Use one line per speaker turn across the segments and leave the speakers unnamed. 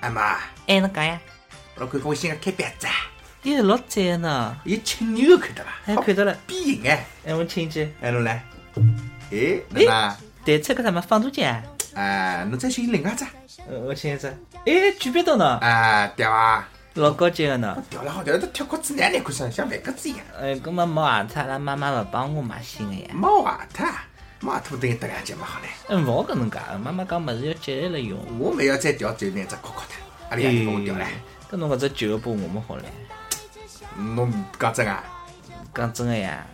아마
애는 까야.
그럼 그 호싱을 캐뺐자.
이 롯제나.
이 친구 그더라.
아, 그더라.
삐잉에.
애원 친지.
애놀래. 에? 누나.
대체 그 다음에 방두지야.
아, 너 자식 일링 하자.
어, 진짜. 에, 주변도나.
아, 대화.
老高这个呢，
대화 하고 내가 또 튀었거든. 내내 그선 샤 맥거지야.
呃，根本没俺他，他妈妈不帮我买新的呀。
마와타. 마토 등에 따라 이제 뭐 하네.
嗯，我跟侬讲，妈妈讲么子要借来了用。哎
我们要再调酒呢，再看看他。阿里也哎给我调嘞。
搿侬搿只酒拨我们好唻。
侬讲真啊？
讲真个呀，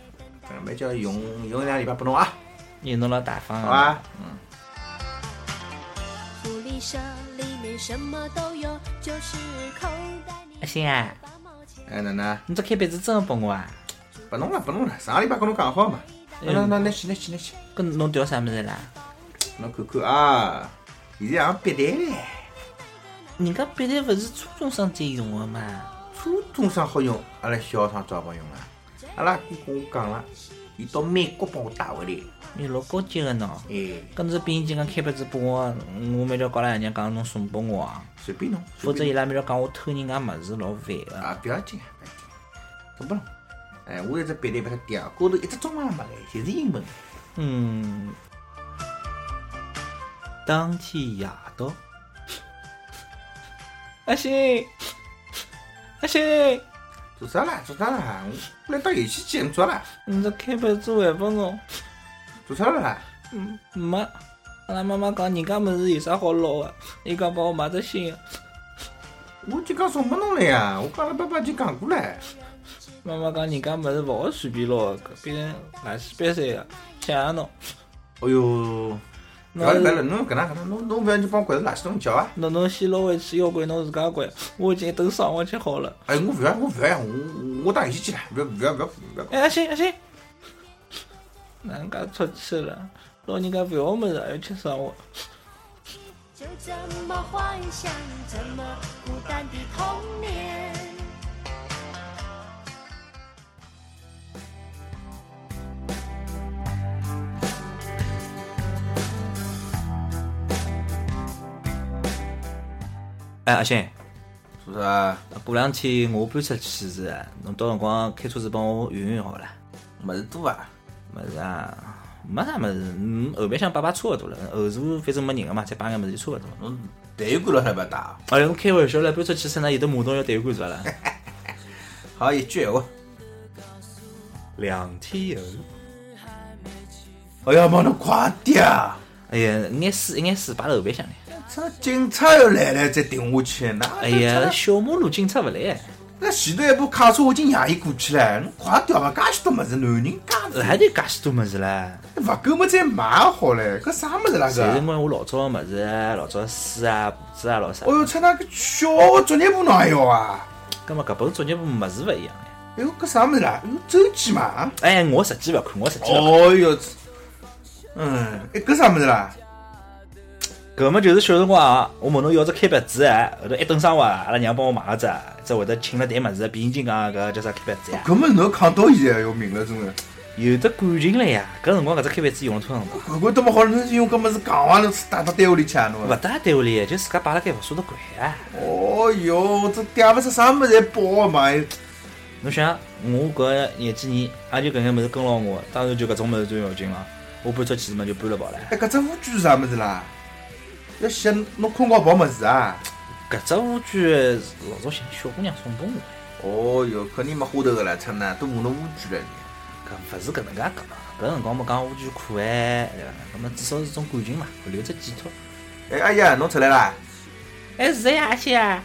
准备叫用用两礼拜不弄啊，
你侬老大方
好吧
啊。？
福利社里面什么都有，就是口袋里
阿星啊，
八毛钱。
哎，哪能？
你只开杯子真个拨我啊？
不弄了，不弄了。上礼拜跟侬讲好嘛。那那那，那去那去那去，
搿侬调啥物事啦？
侬看看啊，现在像别台嘞，
人家别的勿是初中生才用个嘛？
初中生好用，阿拉小学生早不用了。阿拉哥跟我讲了，伊到美国帮我带回来，
你老高级个喏。
哎，
搿侬是变形金刚开杯子拨我，我明朝告拉爷娘讲侬送拨我啊，
随便弄，
否则
随
伊
便
拉明朝讲我偷人家物事老烦个。
弄啊，不要紧，不要紧，怎不弄？哎，我有只别台把它点，高头一只中文也没嘞，全是英文。
嗯，当起夜到，阿星，阿星，
做啥啦？做啥啦？我来打游戏机，你做啦？
你这开杯子还拨侬？
做啥了啦？
嗯，没。阿拉妈妈讲，人家么子有啥好捞的？伊讲帮我买只新的。
我就讲送拨侬了呀，我跟阿拉爸爸已经讲过了。
妈妈讲，人家么子勿好随便捞啊的，变成垃圾瘪三的，抢了啊侬。
哎哟，不要
侬
了，侬搿能搿能，侬侬勿要去帮掼是垃圾桶叫啊！
侬侬先捞回去，要掼侬自家掼。我已经一头送回去好了。
哎，我勿要，我勿要呀，我我打游戏机了，勿要勿要勿要勿要！
哎，阿星阿星，人家出去了，老人家不要么子，还要吃生活。
就这么幻想，这么孤单的童年。
哎，阿星，
做啥？
过两天我搬出去是啊，侬到辰光开车子帮我运运好了。
物事多伐？
么子啊，没啥么子，嗯，后备箱摆摆差勿多了，后座反正没人个嘛，再摆眼么子就差勿多了。
侬队友管老啥勿要打？啊
哎哟，我开玩笑了，搬出去身上有的马桶要对罐子了。
好，一句闲话。
两天后，
哎呀妈，侬快点啊！
哎呀，一眼水一眼水摆辣后备箱里。
这警察要来了再顶下去，那
哎呀，，小马路警察勿来，
那前头一部卡车我已经夜伊过去了，侬快点嘛！介许多物事，男人家子
呃还得介许多么子啦。
勿够么再买好嘞，搿啥物事啦
侪是啊
搿？
因为我老早个物事，老早书啊、簿子啊，老啥
哦。哟，出那个小学作业簿哪还要啊？
葛末搿本作业簿物事勿一样哎。
哎哟，搿啥物事啦？哎哟，周记嘛啊？
哎，我实际勿看，我实际勿看。
哦哟，嗯，哎，搿啥物事啦？
搿么就是小辰光啊，我问侬要只开笔纸啊，后头一等生活啊，阿拉娘帮我买了只，只会得请了台物事，啊变形金刚搿叫啥开笔纸呀？
搿么侬扛到现在要命了，真的。
有得感情了呀！搿辰光搿只开笔纸用了多少辰光？
搿个这么好，侬是用搿么子讲话，侬是带到单位里去啊侬
勿
啊？
带单位里，就自家摆辣盖宿舍头掼啊。
哦哟，这点勿出啥物事还包啊嘛？哎
侬想，我搿廿几年也就搿眼物事跟牢我，当然就搿种物事最要紧了。我搬出去嘛就搬了跑了。
哎，搿只乌龟是啥物事啦？要写侬困觉跑物事啊？
搿只乌龟老早寻小姑娘送拨我
哦
的。
哟，肯定没花头个啦，趁呐，都骂侬乌龟了你。
搿勿是搿能介讲的，搿辰光没讲我就可爱，对伐？搿么至少是种感情嘛，留着寄托。
哎，阿爷，侬出来啦？
哎，是呀，阿西啊，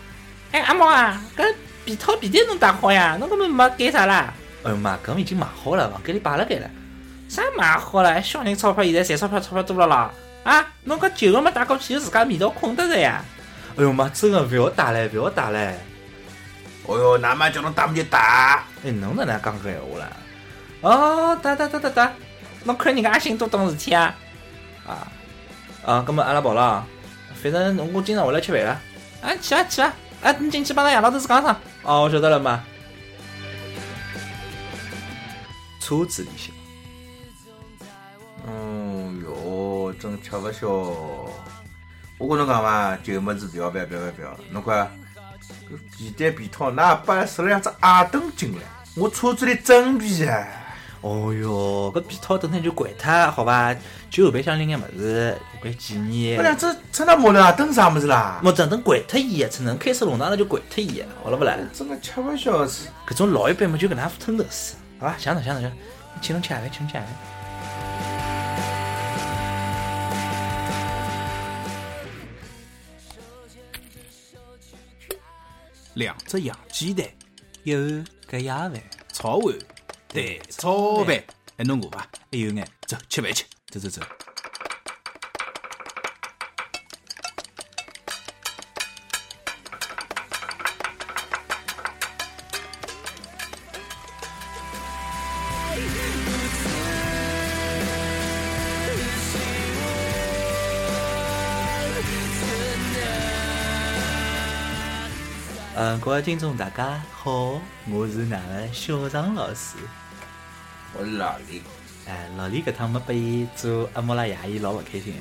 哎，阿毛啊，搿被套被单侬打好呀，侬搿么没干啥啦？哎呦妈，搿么已经买好了，房间里摆辣盖了。啥买好了？哎小人钞票现在赚钞票钞票多了啦！啊，侬搿旧个没带过去，自家味道困得着呀！哎呦妈，真个勿要打唻，勿要打唻！
哦哟，哪妈叫侬打么就打。
哎，侬哪能讲搿闲话啦？哦，打打打打打，侬看人家阿信多懂事体啊！啊啊，葛末阿拉跑了啊，反正我今朝回来吃饭了。啊，去伐去伐！啊，你进去帮那杨老头子讲讲。哦，我晓得了嘛。车子里向，
嗯哟，真吃勿消。我跟侬讲伐，旧物事勿要勿要勿要勿要了。侬看，搿皮带皮套，㑚爸拾了两只矮凳进来，我车子里真皮啊！
哦哟，搿皮套等下就掼脱，好伐？就后备箱拎眼物事，掼几年
搿。两只出那木头矮凳是啥物事啦？
莫等等掼脱伊，只能开始弄堂了就掼脱伊，好了不啦？
真个吃勿消是。
搿种老一辈么就搿能样头水，好伐？想想想想，请侬吃饭，请侬吃饭。
两只洋鸡蛋，一碗隔夜饭，炒碗蛋炒饭，还侬饿伐？还有眼，走吃饭去，走走走。
嗯，各位听众大家好，我是哪个小张老师。
我是老李，
哎，老李搿趟没拨伊做阿莫拉爷，伊老勿开心。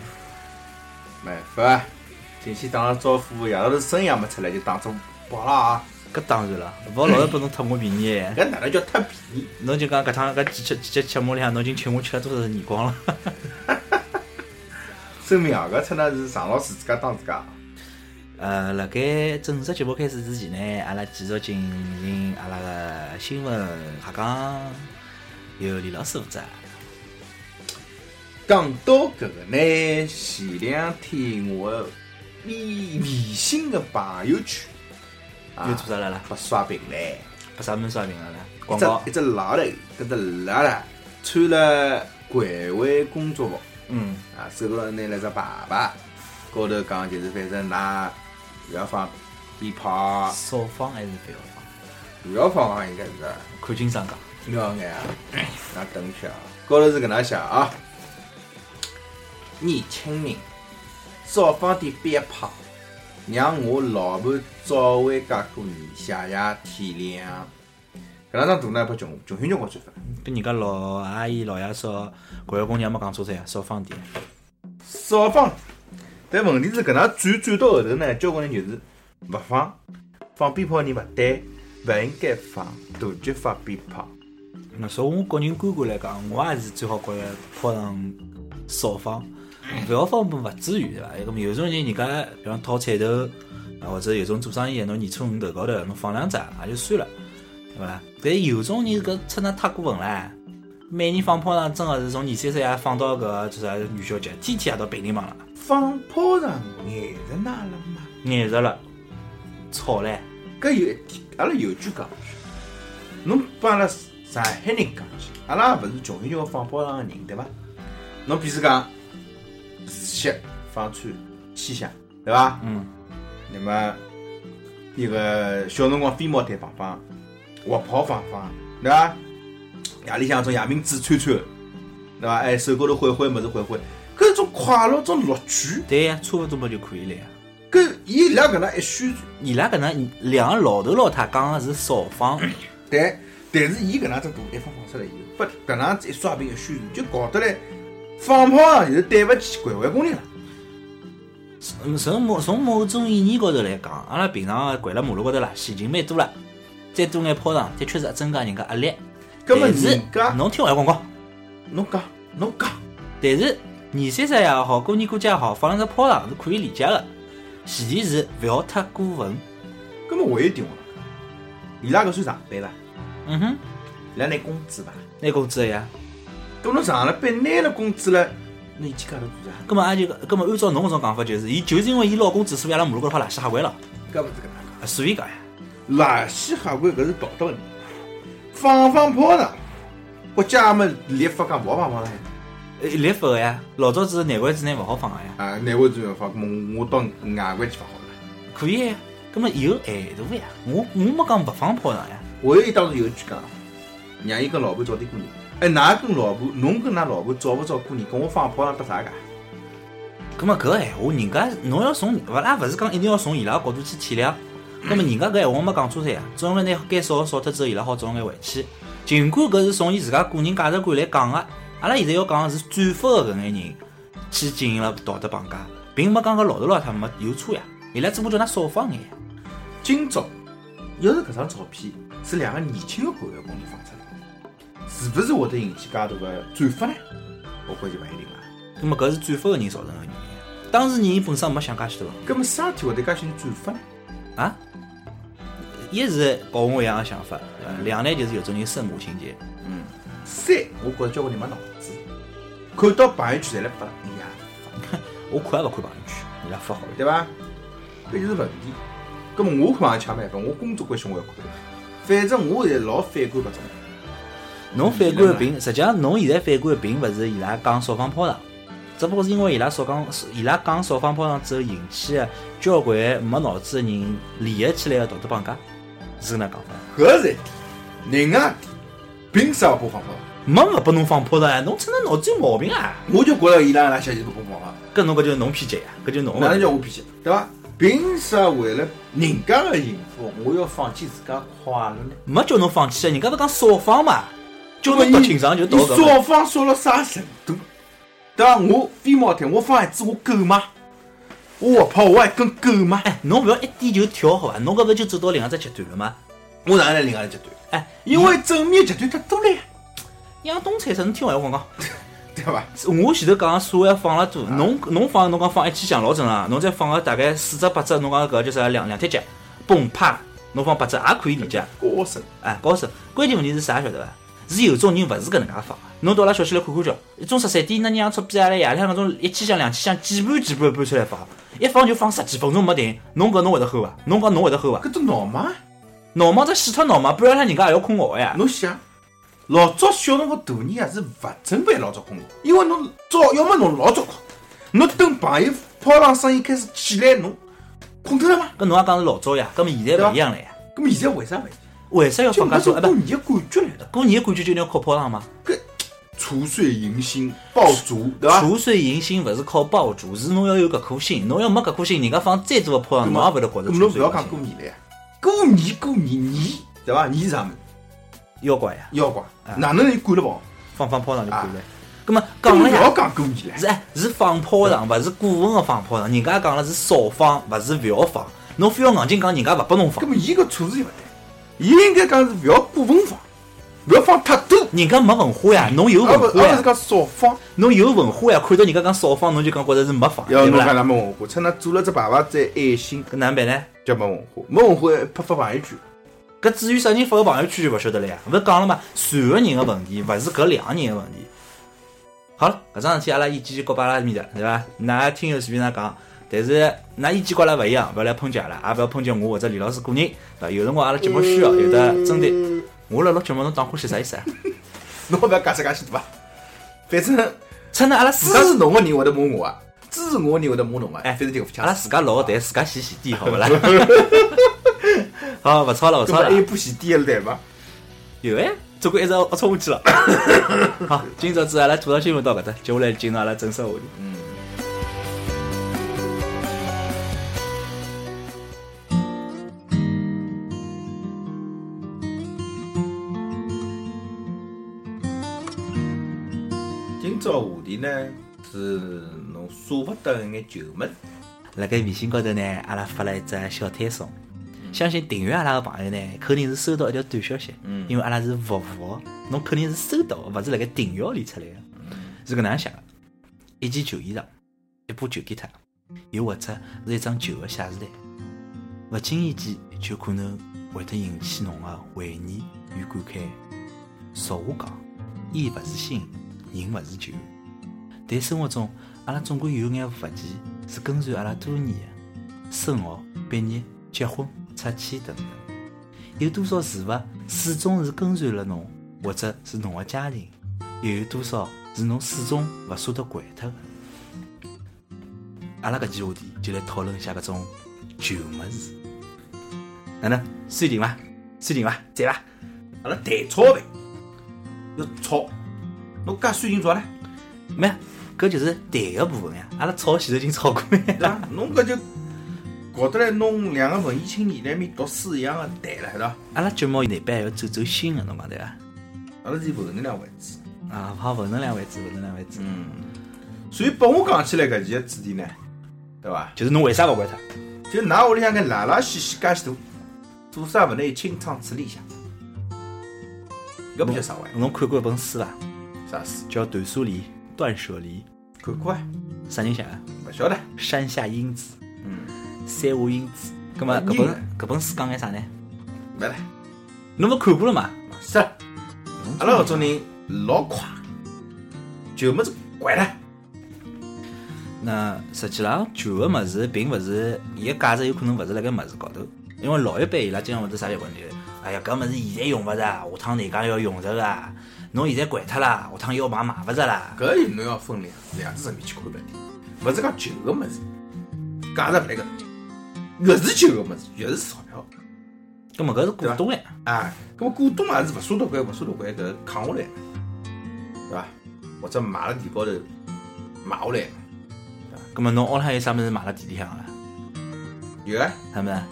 没办法，进去打了招呼，夜到头声也没出来，就打只跑了啊！
搿当然了，勿好老是拨侬脱我便宜。
搿哪能叫太便宜？
侬就讲搿趟搿几节几节节目里向，侬已经请我吃了多少辰光了？
声明啊，搿出那是常老师自家打自家。
呃，辣盖正式节目开始之前呢，阿拉继续进行阿拉个新闻瞎讲，由李老师负责。
讲到搿个呢，前两天我的微微信的朋友圈啊
又做啥了啦？
被刷屏嘞，
把啥门刷屏了啦？
一
广
只
告
一，只老头，搿只老头穿了环卫工作服
嗯，
啊，手高头拿了只牌牌，高头讲就是反正㑚勿要放鞭炮，
少放还是不要放？
勿要放啊，应该是啊
看经商讲，
瞄眼啊，那等一下啊，高头是搿能写啊，年轻人少放点鞭炮，让我老伴早晚介过年，谢谢体谅。搿两张图呢，被穷穷熊熊我转发，
跟人家老阿姨、老爷说，搿个工娘没讲错噻，少放点。
少放。但问题是，搿能转转到后头呢，交关人就是勿放，放鞭炮的人勿对，勿应该放，杜绝放鞭炮。
那从我个人观感来讲，我也是最好觉着炮仗少放，勿要放勿至于对伐？搿么有种人人家比方掏菜头，啊或者有种做生意的，侬年初五头高头侬放两只也就算了，对伐啦？但有种人搿出那太过分了，每年放炮仗真个是从年三十夜放到搿叫啥元宵节，天天夜到陪人忙了，
放炮仗眼着㑚了吗？
眼热了，吵唻，
搿有一点，阿拉有句讲法，侬帮阿拉上海人讲句，阿拉也勿是穷熊熊放炮仗个人，对伐？侬比如讲，吸放串气象，对伐？
嗯。
那么，一个小辰光飞毛腿放放，滑炮放放，对伐？夜里向种夜明珠穿穿，对伐？哎，手高头挥挥物事挥挥，搿是种快乐，种乐趣。
对呀，差勿多么就可以了呀。
搿伊拉搿能一宣传。
伊拉搿能两个老头老太讲个是少放。
但但是伊搿能只大一放放出来以后，不搿能子一刷屏一宣传，就搞得来放炮啊，就是对勿起环卫工人了。
嗯，从某从某种意义高头来讲，阿拉平常的掼辣马路高头垃圾已经蛮多了，再多眼炮仗的确是增加人家压力。
搿么
但是
人家
侬听我讲讲，
侬讲侬讲，
但是年三十也好，过年过节也好，放两只炮仗是可以理解的，前提是勿要太过分。
搿么我有点问了，伊拉搿算上班伐？
嗯哼，
伊拉拿工资伐？
拿工资的呀。
搿么侬上了班拿了工资了，侬一天介头做啥？
葛么也就葛么按照侬搿种讲法，就是伊就是因为伊老公指数阿拉马路高头好垃圾吓坏了，
搿勿是搿能
啊所以讲呀，
垃圾下管搿是道德问题。啊放放炮仗，国家也没立法讲勿好放炮仗呀。
呃立法个呀，老早子难怪之内勿好放个呀。
啊，难为专要放，搿么我到外国去放好了。
可以哎呀，葛么有限度呀。我我没讲勿放炮仗呀。
我有当时有一句讲，让伊跟老婆早点过年。哎，㑚跟老婆，侬跟㑚老婆早勿早过年，跟我放炮仗搭啥个？
葛啊么搿个闲话，人家侬要从勿啦，勿是讲一定要从伊拉角度去体谅。葛么人家搿闲话没讲错噻，总归拿该少的少脱之后，伊拉好早眼回去。尽管搿是从伊自家个人价啊值观来讲个，阿拉现在要讲个是转发个搿眼人去进行了道德绑架。并没讲搿老头老太没有车呀，伊拉只不过叫㑚少放眼呀。
今朝又是搿张照片，是两个年轻的国安工作放出来，是不是会得引起介大个转发呢？我估计勿一定啦。
那么搿是转发个人造成个原因。当事人伊本身没想介许多
葛么啥体会得介些人转发呢？
啊，一是跟我一样个想法，呃两呢就是有种人圣母情节。
嗯，三我觉着交关人没脑子，看到朋友圈侪来发，哎呀，
我看也勿看朋友圈，伊拉发好一
对
点。
伐？搿就是问题。葛么我看也抢办法，我工作关系我要看，反正我现在老反感搿种。嗯
侬反感的并，实际上侬现在反感的并勿是伊拉讲少放炮仗，只不过是因为伊拉少讲，伊拉讲少放炮仗之后引起的交关没脑子的人联合起来的道德绑架，是搿能讲法。
搿是一点，另外一点，凭啥不放炮？
没勿拨侬放炮仗呀，侬真的脑子有毛病啊！
我就觉着伊拉拉小姐不放炮了。
搿侬搿就是侬偏激呀，搿就是侬
哪能
的。
叫我脾气，对伐？凭啥为了人家的幸福，我要放弃自家快乐呢？
没叫侬放弃啊，人家勿讲少放嘛，叫侬读情商就到
你
搿嘛。
少放少到啥程度？对伐？我飞毛腿，我放一只我够吗？我跑我还跟狗吗？
哎，侬勿要一点就跳好伐？侬搿勿就走到另外只极端了吗？
我哪能来另外一极端？
哎，
因为正面极端太多了呀，
杨东菜啥？侬听我讲讲。
对伐？
我前头讲所谓放了多，
啊
侬侬放侬讲放一千响老正常，侬再放个大概四只八只，侬讲搿叫啥两两铁脚，崩啪，侬放八只也可以理解，
高声，
哎，高手。关键问题是啥晓得伐？是有种人勿是搿能介放的，侬到阿拉小区来看看叫，一种十三点那娘臭逼阿拉夜里向搿种一千响两千响几盘几盘搬出来放，一放就放十几分钟没停，侬搿侬会得吼伐？侬讲侬会得吼伐？
搿啊种闹嘛？
闹忙只死脱闹忙，不然人家也要困觉呀。
侬想，老早小辰光大人啊是勿准备老早困觉，因为侬早要么侬老早困，侬等朋友炮仗声音开始起来，侬困脱了吗？
搿侬也讲是老早呀，搿么现在勿一样了呀，
搿么现在为啥勿一样？
为啥要
就
放介
搿
早？
种
哎，
过
不，
年的感觉来的，
过年的感觉就一定要靠炮仗吗？
搿除水迎新、爆竹，对伐？
除水迎新勿是靠爆竹，是侬要有搿颗心。侬要没搿颗心，人家放再多个炮
搿
仗，
么
侬也勿会得觉着
搿么
除
侬
水
勿
迎
要讲过
新。
年了呀，过年过年年，对伐？年是啥物事？
妖怪呀，
妖怪
啊，
哪能人管得跑？
放放炮仗就可以了
啊。
葛么
搿
讲
么
了
勿要
呀，
讲过年了，
是哎是放炮仗，勿是过分个放炮仗。人家讲了是少放，勿是勿要放。侬非要硬劲讲人家勿拨侬放
搿，么伊搿措辞就勿对，伊应该讲是勿要过分放，勿要放太多。
人家没文化呀，侬有
而勿啊
文化
而勿是
呀，
讲少放，
侬有文化呀。看到人家讲少放，侬就讲觉着是没放，
要
对勿
侬讲
啦？
哪没文化，趁㑚做了只爸爸再爱心，
搿哪能办呢？
叫没文化，没文化还拍发朋友 圈，
搿至于啥人发个朋友圈就勿晓得了呀。勿是讲了嘛，传个人个问题，勿是搿两个人个问题。好了，搿桩事体阿拉意见就告摆阿拉面搭，对伐？㑚听友随便㑚讲，但是㑚意见跟阿拉勿一样，勿要来抨击阿拉，也勿要抨击我或者李老师个人。对伐？有辰光阿拉节目需要，
嗯
有的针对我辣录节目，侬打呼吸啥意思啊？
侬勿要讲这介许多伐？反正。
趁着阿拉
支
自家
持侬个人会得骂我啊，支持我个人会得骂侬啊，
哎
反正就勿抢
阿拉
了。
自家老个台，自家洗洗点，好勿啦？ 好，勿吵了，勿
搿
吵
么还
了。
有部前第一台嘛？
有哎，走过一直龌龊下去了。 好，今朝子阿拉吐槽新闻到搿搭，接下来进入阿拉正式话题。
今朝话题呢是侬舍勿得一眼旧物事，
辣盖微信高头呢，阿拉发了一只小推送，相信订阅阿拉个朋友呢，肯定是收到一条短消息，
嗯
因为阿拉是服务，侬肯定是收到，勿是辣盖订阅里出来个，是搿能样想个，一件旧衣裳，一把旧吉他，又或者是一张旧个写字台，勿经意间就可能会得引起侬个回忆与感慨。俗话讲，衣勿是新，人勿是旧。但生活中，阿拉总归有眼物件是跟随阿拉多年的，升学、毕业、结婚、出去等等。有多少事物始终是跟随了侬，或者是侬的家庭，又有多少是侬始终勿舍得掼脱的？阿拉搿期话题就来讨论一下搿种旧物事，哪能算定伐？算定伐？赞伐？
阿拉谈钞呗，要吵，侬介算清楚呢？
没，搿就是谈个部分呀。阿拉吵前头已经吵过了。
对伐？侬搿就搞得来侬两个文艺青年在面读书一样的谈了，对伐？
阿拉节目难办还要走走心个，侬讲对伐？
阿拉是以文能量为主，
啊，好，文能量为主，文能量为主。
嗯，所以拨我讲起来搿期个主题呢，对伐？
就是侬为啥勿会脱？
就㑚屋里向搿拉拉稀稀介许多，做啥勿拿伊清仓处理一下？搿不叫啥玩意？
侬看过一本书伐？
哎啥事？
叫《断舍离》，断舍离，
看过啊？
啥人写的？
勿晓得。
山下英子、
嗯，
山下英子。葛末
啊
搿
人
本搿本书讲眼啥呢？
没了，
侬勿看过了嘛？
是了。阿拉搿种人老快，就么子怪了。
那实际浪旧个物事并勿是伊个价值，有可能勿是辣搿物事高头，因为老一辈伊拉经常会得啥习惯就是，哎呀搿物事现在用勿着，啊下趟人家要用着个，侬现在掼脱啦，下趟要买买勿着啦。
搿侬要分两两只层面去看问题，勿是讲旧个物事，价值勿来搿能介，越是旧个物事越是钞票
葛末搿是股东哎呀，
啊。搿么股东也是勿疏导关，勿疏导关搿扛下来，对伐？或者买了地高头买下来，
葛末侬屋里向有啥物事买辣店里向个？
有啊，
啥物事啊？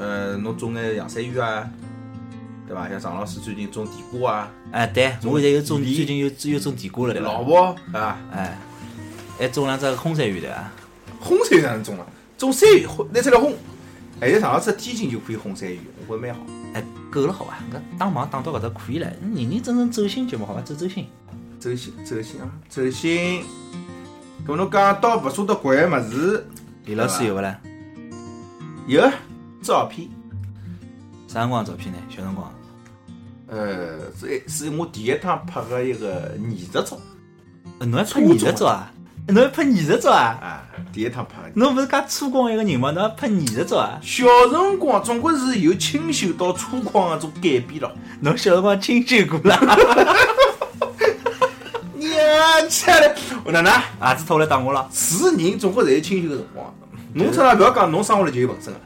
呃，侬种眼洋山芋啊，对伐？像常老师最近种地瓜啊，
哎，对，我现在有种
地
最近有有种地瓜了，对伐？
老婆啊，
哎，还种两只烘山芋对伐？
烘山芋哪能种啊？种山芋烘拿出来烘，现在常老师天津就可以烘山芋，我觉得蛮好。
哎，够了好伐？搿打忙打到搿搭可以了，嗯认认真真走心节目好伐？走走心。
走心，走心啊，走心。搿侬讲到勿舍得掼个物事，
李老师有勿啦？
有啊照片，
啥辰光照片呢？小辰光。
呃，是是我第一趟拍个一个艺术照
呃侬还拍艺术照啊？侬还拍艺术照啊？
啊，第一趟拍的。
侬勿是介粗犷一个人吗？侬还拍艺术照啊？
小辰光总归是由清秀到粗犷个种改变咯。
侬小辰光清秀过 啦？
娘起来，我哪能？
鞋子脱下来打我了？
是人总归侪有清秀个辰光。侬出来勿要讲，侬生下来就有纹身了，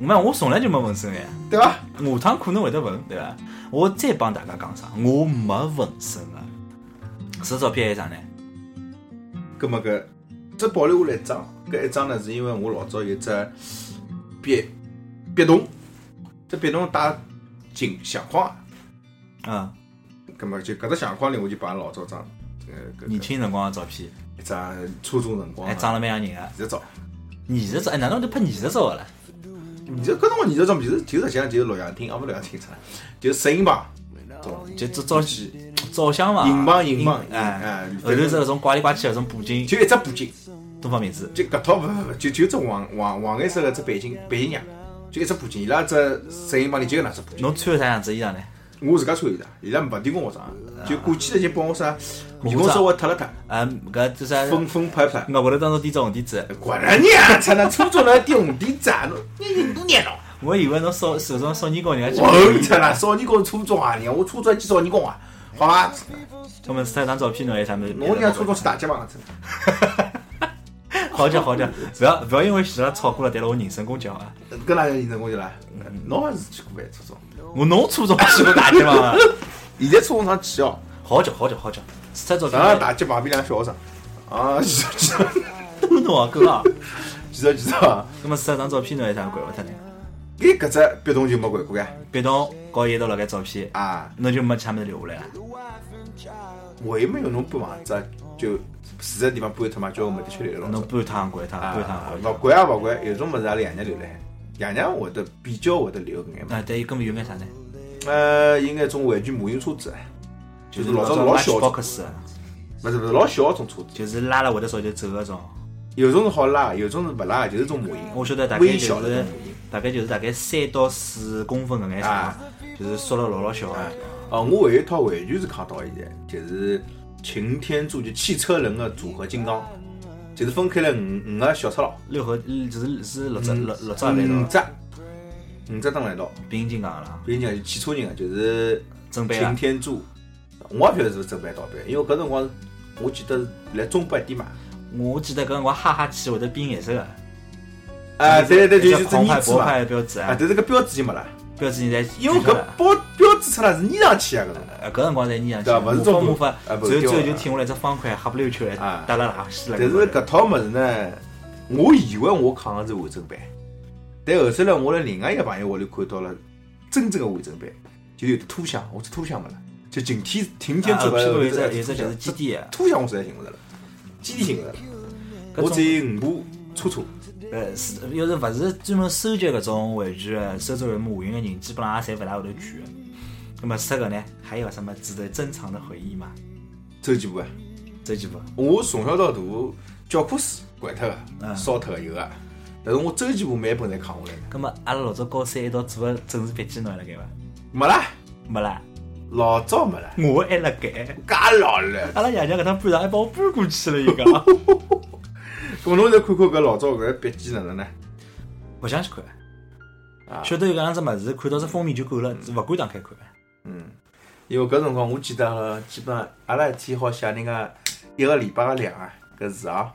我嘛，我从来就没纹身哎，
对伐？
下趟可能会得纹，对伐？我再帮大家讲啥？我没纹身啊。是照片还是啥呢？
葛末搿只保留下来一张，搿一张呢是因为我老早有只壁壁咚，这壁咚带镜相框，
嗯，
葛末就搿只相框里我就摆了老早张，呃，搿
年
搿
轻辰光的照片，
一张初中辰光啊
还长了蛮像人啊个。
艺术照，
艺术照，哎，哪能会得拍艺术照个啦？
艺术搿辰光艺术照就是就是实际上就是录像厅，啊勿录像厅啥，就是摄影棚，懂
就照照照相嘛，
影棚影棚
哎
哎，
后头是那种怪里怪气的那种布景，
就一只布景，
东方明珠。
就搿套勿勿勿，就就只黄黄黄颜色个只背景背景样，就一只布景，伊拉只摄影棚里就有那只布景。
侬穿啥样子衣裳呢？
我自家穿的，伊拉勿提供我啥，啊就过去了就帮我啥，
我
员工稍微脱了脱，
啊，搿就是啊
分分派派。
我会头当中点只红点子，
管了你啊！操，那初中那点红点子啊，侬你你多热闹！
我以为侬少手上少年工人家
我
去
操，，那少年宫初中啊，娘，我初中还去少年宫啊，好吧？
他们晒张照片侬还有啥么？
侬人家初中去打街棒了，真的
好叫好叫，不要不要因为前拉吵过了，对了我人身攻击好伐？
跟哪个人成功去了？侬好像是去过哎，初中。
我侬嗯初中去过大街棒啊？
现在初中上去哦，
好叫好叫好叫，晒照
上上
片
大街旁边两个小学生，啊， 记住记住
都侬 啊哥啊，
记住记住啊！
那么晒张照片侬还有啥怪勿脱呢？
哎，搿只壁咚就没管过呀，
别动搞一道辣盖照片，
啊，
侬就没啥么子留下来了。啊
我也没有侬搬房子啊，就住个地方搬脱嘛，叫我没得吃力了。老早
侬搬一趟过一
啊
趟，嗯搬
勿
一趟过一趟。
管也勿管，有种物事阿拉爷娘留辣海，爷娘会得比较会得留搿眼物事。
那啊对伊根本有眼啥呢？
呃，有眼种玩具模型车子，就是老早老小
包
种，
克斯，
勿是勿是老小种车子，
啊就是拉了会得手就走搿种。
有种是好拉，有种是勿拉，就是种模型。
我晓得大概
微
就
小的
是大概就是大概三到四公分搿眼长
啊，
就是缩了老老小啊个。
哦，我有一套玩具是扛到现在，就是擎天柱，就汽车人的组合金刚，就是分开了五五个小赤佬，
六合就是是六只
嗯
六六只
五
来
只
着，，
五只蹲辣一道。
变形金刚啦，
比如讲汽车人啊，就是
啊真版
擎
啊，
天柱，我也勿晓得是勿是正版盗版，因为搿辰光我记得来中百店买。
我记得搿辰光哈哈气会得变颜色个，
啊，对对，
就
就是是
狂派
泥制
博
嘛
派。的标志
啊，
啊，
但是搿标志就没了，
标志现在
因为
取消
搿
了
标标志出来是粘上去啊，搿种
呃搿辰光侪一样，
对啊勿是中
模仿
国
模仿，
啊
然
勿
后
是
最
雕
后
啊
就停下来只方块，黑不溜秋来
啊
搭了垃圾了。
但是搿套物事呢，我以为我扛的是完整版，但后头来我辣另外一个朋友屋里看到了真正的完整版，就有的凸响，我只凸响没了，就擎天擎天
啊
柱
后
没了
头有只
后头
有
凸
只就是
响
基地的啊
凸响我实在寻勿着了，基地寻勿着了，
搿
我
种
只有五部车车，
呃，是要是勿是专门收集搿种玩具的、收集玩具马云的人，基本上也侪勿大会头去的。那么除搿呢，还有什么值得珍藏的回忆吗？
周几部啊？
这几部
我从小到大教科书掼脱
嗯
个，烧脱个有个，但是我周几部每一本侪扛下来的，
那么阿拉老早高三一道做个政治笔记，侬还辣盖伐？
没啦，
没啦，
老早没 啦，
我还辣盖。
介老了。
阿拉爷娘搿趟搬场还帮我搬过去了一个，
咁侬再看看搿老早搿笔记哪能呢？
勿想去看，
啊
晓得有搿样子物事，看到只封面就够了，
嗯
勿敢打开看。
因为搿辰光我记得呃基本上阿拉一天好写人家一个礼拜个量啊，搿是啊，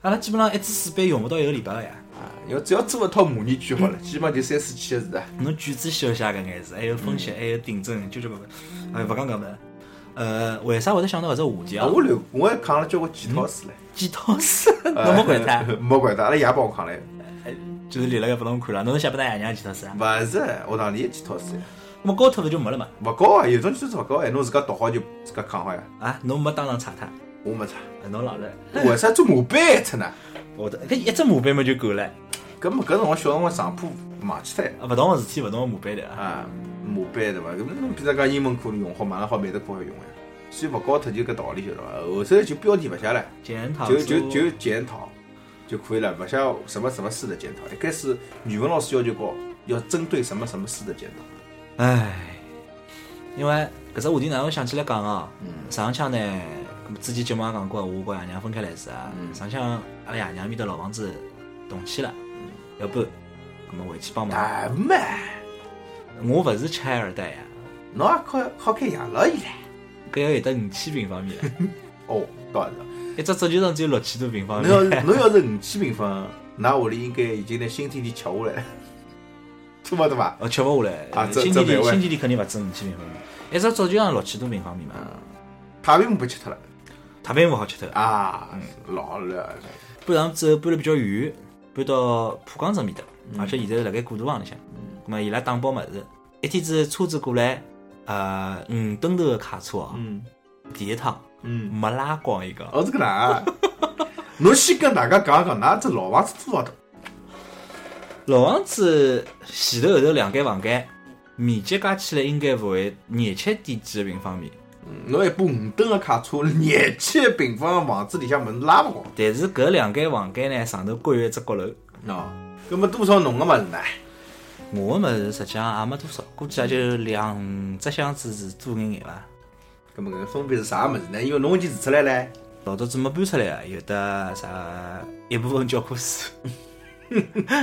阿拉基本上一支水杯用勿到一个礼拜个呀。
啊，要只要做一套模拟句好了，基本上就三四千个字啊。
侬句子写写搿眼子，还有分
嗯
析，还有订正，就这个，哎，勿讲搿么。呃，为啥会得想到搿只话题啊
啊？我留我还扛了交关几套书嘞，
几套书，嗯侬没管他，
呃， 没管他，阿拉爷帮我扛来，
就是立辣盖拨侬看了，侬是写拨㑚爷娘几套书啊？
勿是学堂里有几套书呀，
那么高头勿就没了嘛？
勿高啊，有种就是勿高哎，侬自家读好就自家扛好呀，
啊，侬没当场查他，
我没差。
啊侬老了，
为啥做马板一出呢？
我的搿一只马板嘛就够了，
搿么搿辰光小辰光上铺忘记脱呀
啊勿同个事体勿同个马板头啊。
啊，马板对伐？搿么侬比如讲英文课用好，马上好美得课好用呀。所以勿高头就搿道理晓得伐？后头就标题勿写了，
检讨
就
书
就就检讨就可以了，勿写什么什么书的检讨。一开始语文老师要求高，要针对什么什么书的检讨。
唉，因为搿只话题哪能想起来讲啊？
嗯
上腔呢，搿么之前节目也讲过，我和爷娘分开来住啊。
嗯
上腔阿拉爷娘面搭老房子动迁了，
嗯
要搬，搿么回去帮忙。
啊嘛，
我勿是拆二代呀，啊
侬也靠靠开养老院唻。
搿要有得五千平方米了，
哦，倒是。
一只足球场只有六千多平方
哦侬要
米。
是侬要是五千平方，㑚屋里应该已经拿新天地吃下来了， 对伐对伐？
哦，吃勿下来。
啊
呃
这
新
这
天地
没位
新天地肯定勿止五千平方米，一只足球场六千多平方米嘛，
嗯太平不吃脱了
太平勿好吃头。
啊，老了。
搬上之后搬了比较远，搬到浦江镇面搭，而
嗯
且现在是辣盖古渡房里向。咁么伊拉打包物事，一天子车子过来，呃，五吨头个卡车啊，
嗯
第一趟
嗯，
没拉光一个，
哦，这个哪啊？ 侬先跟大家讲讲，㑚这老房子多少大？
老房子前头后头两间房间，面积加起来应该勿会廿七点几个平方米，
侬一部五吨个卡车，廿七平方个房子里向门拉勿光。
但是搿两间房间呢，上头各有一只阁楼。
喏，葛么多少侬个物事呢？
我个物事实际上也没多少，估计也就两只箱子是多眼眼伐。
葛么搿分别是啥物事呢？因为侬已经住出来唻，
老早子没搬出来啊，有的啥一部分教科书，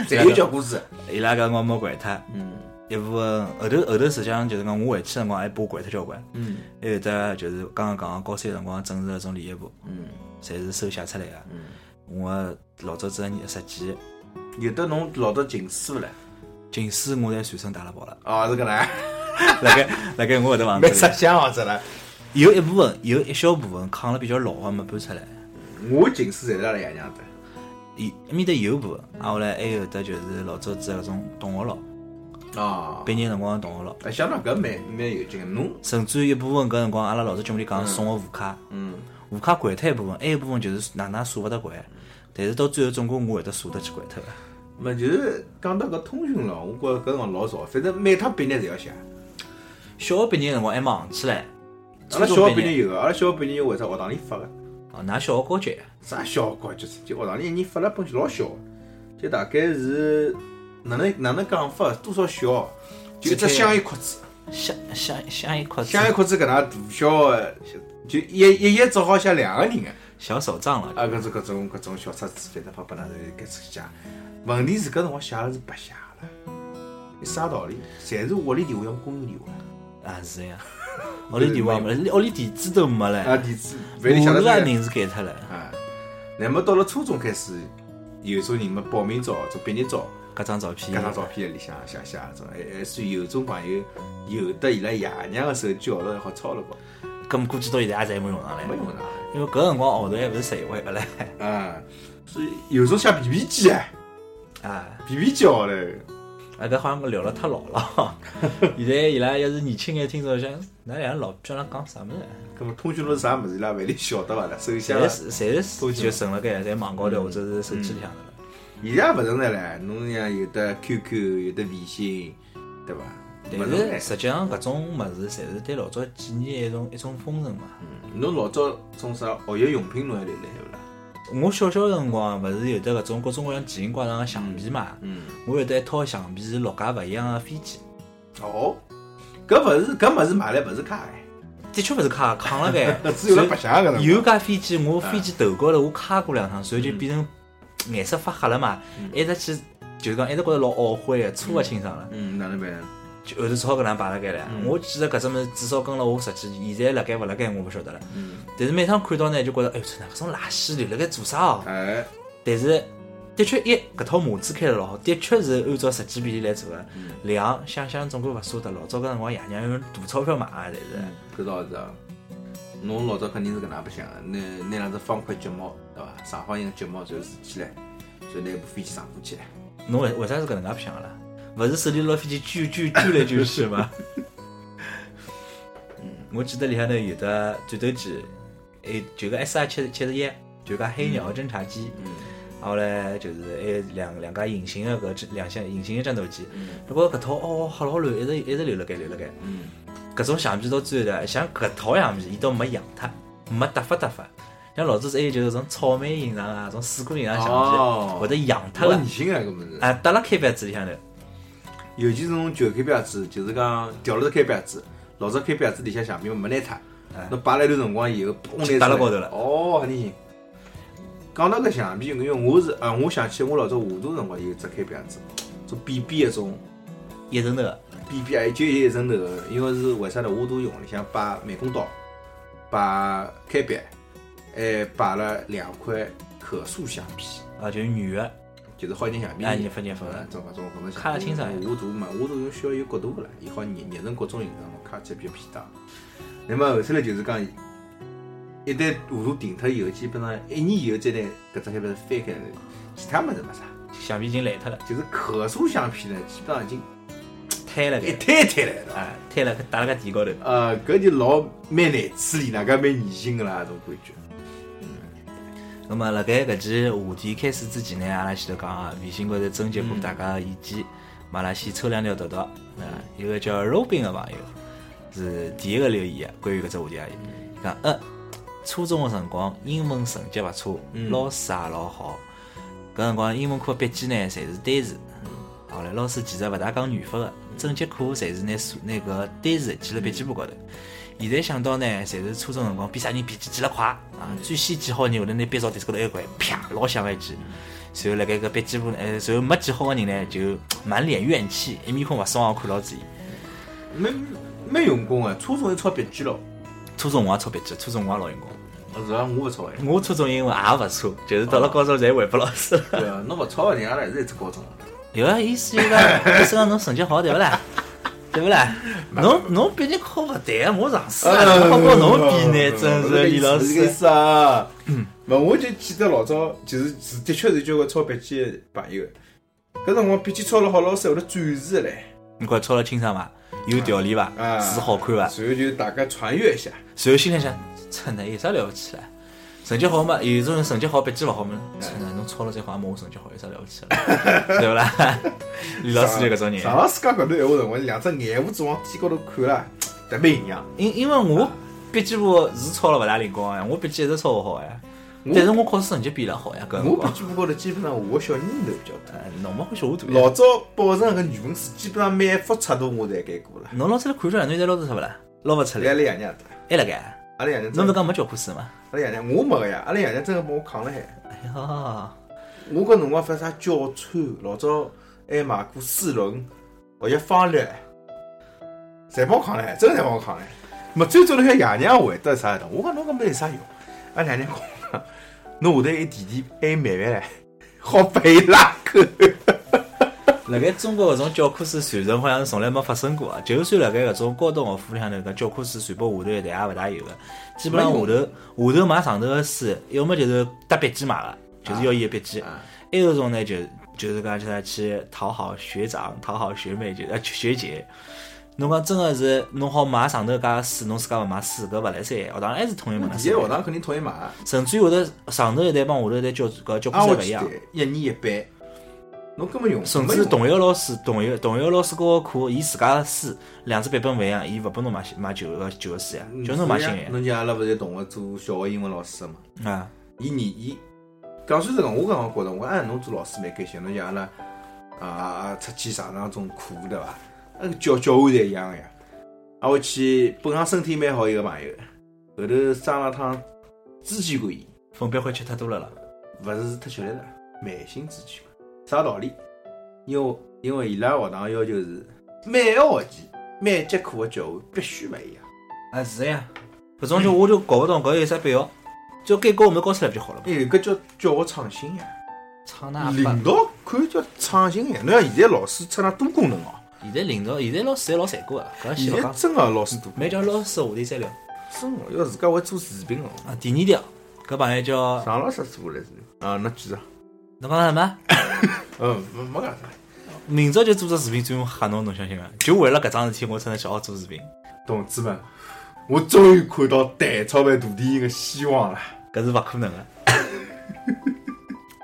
侪有教科书。
伊拉搿辰光没掼脱，
嗯
一部分后头后头实际上就是讲我回去辰光还把我掼脱交关，
嗯
还有的就是刚刚讲高三辰光正式搿种联谊部，
嗯
侪是手写出来个。
嗯，
我老早子个日记、
有的侬老早情书了，，
情书我侪随身带了跑了
哦，是搿能啊，
辣盖辣盖我搿搭 房
没
子
啥
里，
想法子了。
有一部分有一小部分扛了比较老个没搬出来。
我近视侪是阿拉爷娘的，
伊埃面搭有一部分，啊后来还有的就是老早子搿种同学咯，
啊，
毕业辰光的同学咯，
啊，相当搿蛮蛮有劲的。侬，
甚至于一部分搿辰光，阿拉老早节目里讲送个户卡，
嗯，
户卡掼脱一部分，还有一部分就是哪能舍勿得掼，但是到最后总归我会得舍得去掼脱个。
么就是讲到搿通讯咯，我觉着搿辰光老少，反正每趟毕业侪要写。
小学毕业辰光还忙起来，
阿拉
初
小
中
学毕业有个，阿拉小学毕业有为啥学堂里发个？
哦，㑚小学高级，
啥小学高级成绩？学堂里一年发了本老小的，就大概是哪能哪能讲法？多少小？就一只香烟壳子，
香香香一块
香烟壳子搿能大小的，就一一页只好写两个人个。
小手账了，
啊，搿种搿种搿种小册子，反正发拨㑚头开始写。问题是搿辰光写的是白写了，有啥道理？侪是屋里电话用公用电话
啊是呀，屋里电话没了，屋里地址都没
啊，
了，
地址
户
万里写了是
口啊名字改脱了，
啊。乃末到了初中开始，有种人嘛报名照、做毕业照，
搿张照片，
搿张照片在里向写写搿种，还还算有种朋友有的伊拉爷娘个手机号头还好抄了过，
搿么估计到现在也侪没用上来
没，用上
因为搿辰光号头还勿是十一位个唻，
啊。所以有种写 BB 机啊
啊。
，BB 机号头，
啊，搿好像聊了太老了。 现在伊拉要是年轻眼听众想，哪两个老叫拉讲啥物事？啊
搿么通讯录是啥物事？伊拉万里晓得伐啦？首先
侪，是侪是就存了盖，在网高
嗯
头或者是手机里向的
现
了。
在也勿存在唻，侬像有的 QQ，有的微信，对伐？
但
勿存在
是实际上搿种物事，侪是对老早几年的一种一种风尘嘛。
嗯侬老早种啥学习用品侬还留来有啦？嗯
我小小辰光勿是有得搿种各种各样奇形怪状的橡皮嘛？
嗯，
我有得一套橡皮是六架勿一样的飞机，
哦，搿勿是搿物事买来勿是假
的确勿是卡扛了盖。
哎， 是有了白相搿
有架飞机，我飞机头高头我卡过两趟，所以
嗯
就变成颜色发黑了嘛，一直去就是讲一直觉着老懊悔的，搓勿清爽了，
嗯，哪能办呢？
就后头只好搿能摆辣盖了。
嗯
我记得搿只物事至少跟了我十几年，现在辣盖勿辣盖我勿晓得了。
嗯，
但是每趟看到呢，就觉着哎哟天哪，搿种垃圾留辣盖做啥哦？
哎，
但是的确一搿套码子开了老好，的确是按照实际比例来做的。两想想总归勿舍得，老早搿辰光爷娘用大钞票买啊，侪是。
搿倒是啊。侬老早肯定是搿能白相的，拿拿两只方块睫毛，对伐？长方形的睫毛，然后竖起来，然后拿部飞机上过去。
侬为为啥是搿能介白相个啦？勿是手里拿飞机揪揪揪来揪去吗？嗯我记得里向头有的战斗机，还哎就个 S R 七七十一，就个黑鸟侦察机，
嗯
啊后来就是还有两两架隐形的搿只两相隐形的战斗机
嗯。
不过搿套哦好老乱，一直一直留辣盖留辣盖。
嗯，
搿种橡皮到最后的，像搿套橡皮，伊倒没扬脱，没搭发搭发。像老早子还有就是种草莓形状啊，种水果形状橡
哦
皮，会得扬脱
老
个
恶，心啊，搿物事。
啊搭辣开板子里向头。
尤其是侬旧开标子，就是讲调了只开标子，老早开标子里向橡皮没拿脱
哎，
侬摆了一段辰光以后，砰拿出来
打了高头了
哦，很厉害。讲到搿橡皮，因为我是啊，我想起我老早糊涂辰光有一只开标子，种扁扁一种，
一层头的，
扁扁哎就有一层头的，因为是为啥呢？我都用里向摆美工刀，摆开板，还摆了两块可塑橡皮，
啊，就是女的，
就是好一点橡皮。
哎，你分你分
啊，种搿种搿种
卡得清啊爽呀
我大嘛，我大有需要有角度个啦，伊好捏捏成各种形状，我卡起来比较偏大。那么后头来就是讲，一旦糊涂停脱以后，基本上一年以后再拿搿只黑板翻开来，其他物事没啥，
橡皮已经烂脱了，
就是可塑橡皮呢，基本上已经
摊了
一
个，
摊一摊来了。
啊，摊了个打了个地高头。
呃，搿就老蛮难处理，哪噶蛮恶心个啦，搿种感觉。
那么辣盖搿期话题开始之前呢，阿拉先头讲啊，微信高头征集过大家的意见，嘛阿拉先抽两条读读。啊，一个叫 Robin 的朋友是第一个留言啊，关于搿只话题啊，伊讲呃，初中个辰光英文成绩勿错，老师也老好。搿辰光英文课笔记呢，侪是单词。后来老师其实勿大讲语法个，整节课侪是拿数拿搿单词记辣笔记簿高头。现在想到呢，侪是初中辰光比啥人笔记记了快啊！最先记好人会得拿笔朝台子高头一掼，啪，老响一记。随后辣盖搿笔记簿，呃，随后没记好个人呢，就满脸怨气，一面孔勿爽地看牢自己。
蛮蛮用功个，初中就抄笔记咯。
初中我也抄笔记，初中我也老用功。
是啊，我勿抄哎。
我初中英文也勿错，就是到了高中侪还拨老师了。
对啊，侬勿抄个人，阿拉还是一只高中。
有啊，意思就是讲，意思讲侬成绩好对勿啦？对勿啦？侬侬毕竟考勿对，我上试啊，哪能好跟侬比呢？真是李老
这个意
师。
思啊。勿，我就记得老早，就是是的确是交关抄笔记的朋友。搿辰光笔记抄了好，老师会得展示的嘞，
你快抄了清爽伐？有条理伐？
啊
字好看伐？
随后就大家传阅一下。
随后心里想，真的有啥了不起啊？成绩好嘛，有种人成绩好，笔记勿好嘛，
哎
真的侬抄了再好，也没我成绩好，有啥了不起了？ 对勿啦？李老师就搿种
上
人，
老师讲搿段闲话辰光，两只眼珠子往天高头看啦，特别营养。
因因为我笔记簿是抄了勿大灵光呀，我笔记一直抄勿好呀，
我
但是我考试成绩比伊拉好呀，搿辰
我笔
光。
记簿高头基本上画个小人头比较多。
哎侬没欢喜我读呀
老早保存搿语文书，基本上每一幅尺度我侪改过了。
侬老出来看出来，侬现在捞得出勿啦？捞勿出
来
来，
拉爷娘的，
还辣盖？
阿拉爷娘真
侬勿
的，
是讲没教科书吗？
阿拉爷娘我没个呀，阿拉爷娘真个帮我扛了海。
哎呀，
我搿辰光啊发啥教川，老早还哎买过书轮、学习方略，侪帮我扛来，真的侪帮我扛来。没最早头像爷娘会得啥的，我讲侬搿没有啥用。俺爷娘讲我，侬下头一弟弟还有妹妹唻， 好被拉钩。
辣盖中国搿种教科书传承好像是从来没发生过啊！就算辣盖搿种高等学府里向头搿教科书传拨下头一代也勿大有个，基本上下头下
啊
头买上头个书，要么就是搭笔记买个，就是要伊个笔记；还有一种呢就就是讲就是去讨好学长、讨好学妹，就呃学姐。侬讲真个是弄好买上头家书，侬自家勿买书，搿勿来三。学堂还嗯是统一买
第嗯
书
一，学堂肯定讨厌买，啊，
甚至于会得上头一代帮下头一代交搿交关
我
侪勿一
记
样
得。一年一班，侬根本用
甚
没
至
用
同一个老师，同一个同一个老师教个课，伊自家个书两只版本勿一样，伊勿拨侬买新买旧个旧个书嗯呀，叫侬买新个
侬讲阿拉嗯勿是同学做小学英文老师的嘛？
呀。啊，
伊年伊讲算是讲，我刚刚觉着，我按侬做老师蛮开心。侬像阿拉啊出去上上种课对伐？那个教教会侪一样个呀。啊，我去本身身体蛮好一个朋友，后头生了趟支气管炎，
粉笔灰吃太多了啦。
勿是特血力了，慢性支气管。啥道理？因为因为伊拉学堂要求是每个学期每节课个教会必须勿一样。
啊，是呀，搿种就我就搞勿懂，搿有啥必要？只要该教我们教出来勿就好了嘛。
哎，搿叫教学创新呀！
唱那
领导看叫创新呀！侬像现在老师出那多功能哦、
现在领导，现在老师侪老残酷个，搿先
现
勿
在
讲。
真个老师多，
每条老师话题再聊。
真个要自家会做视频哦。
啊，第二条，搿朋友叫
上老师做过来是的啊，侬记着，
侬讲什么？
嗯，没没讲啥，
明朝就做只视频专门吓侬，侬相信伐？就为了搿桩事体，我真的去学做视频。
同志们，我终于看到蛋炒饭大电影的希望了。
搿是勿可 能的。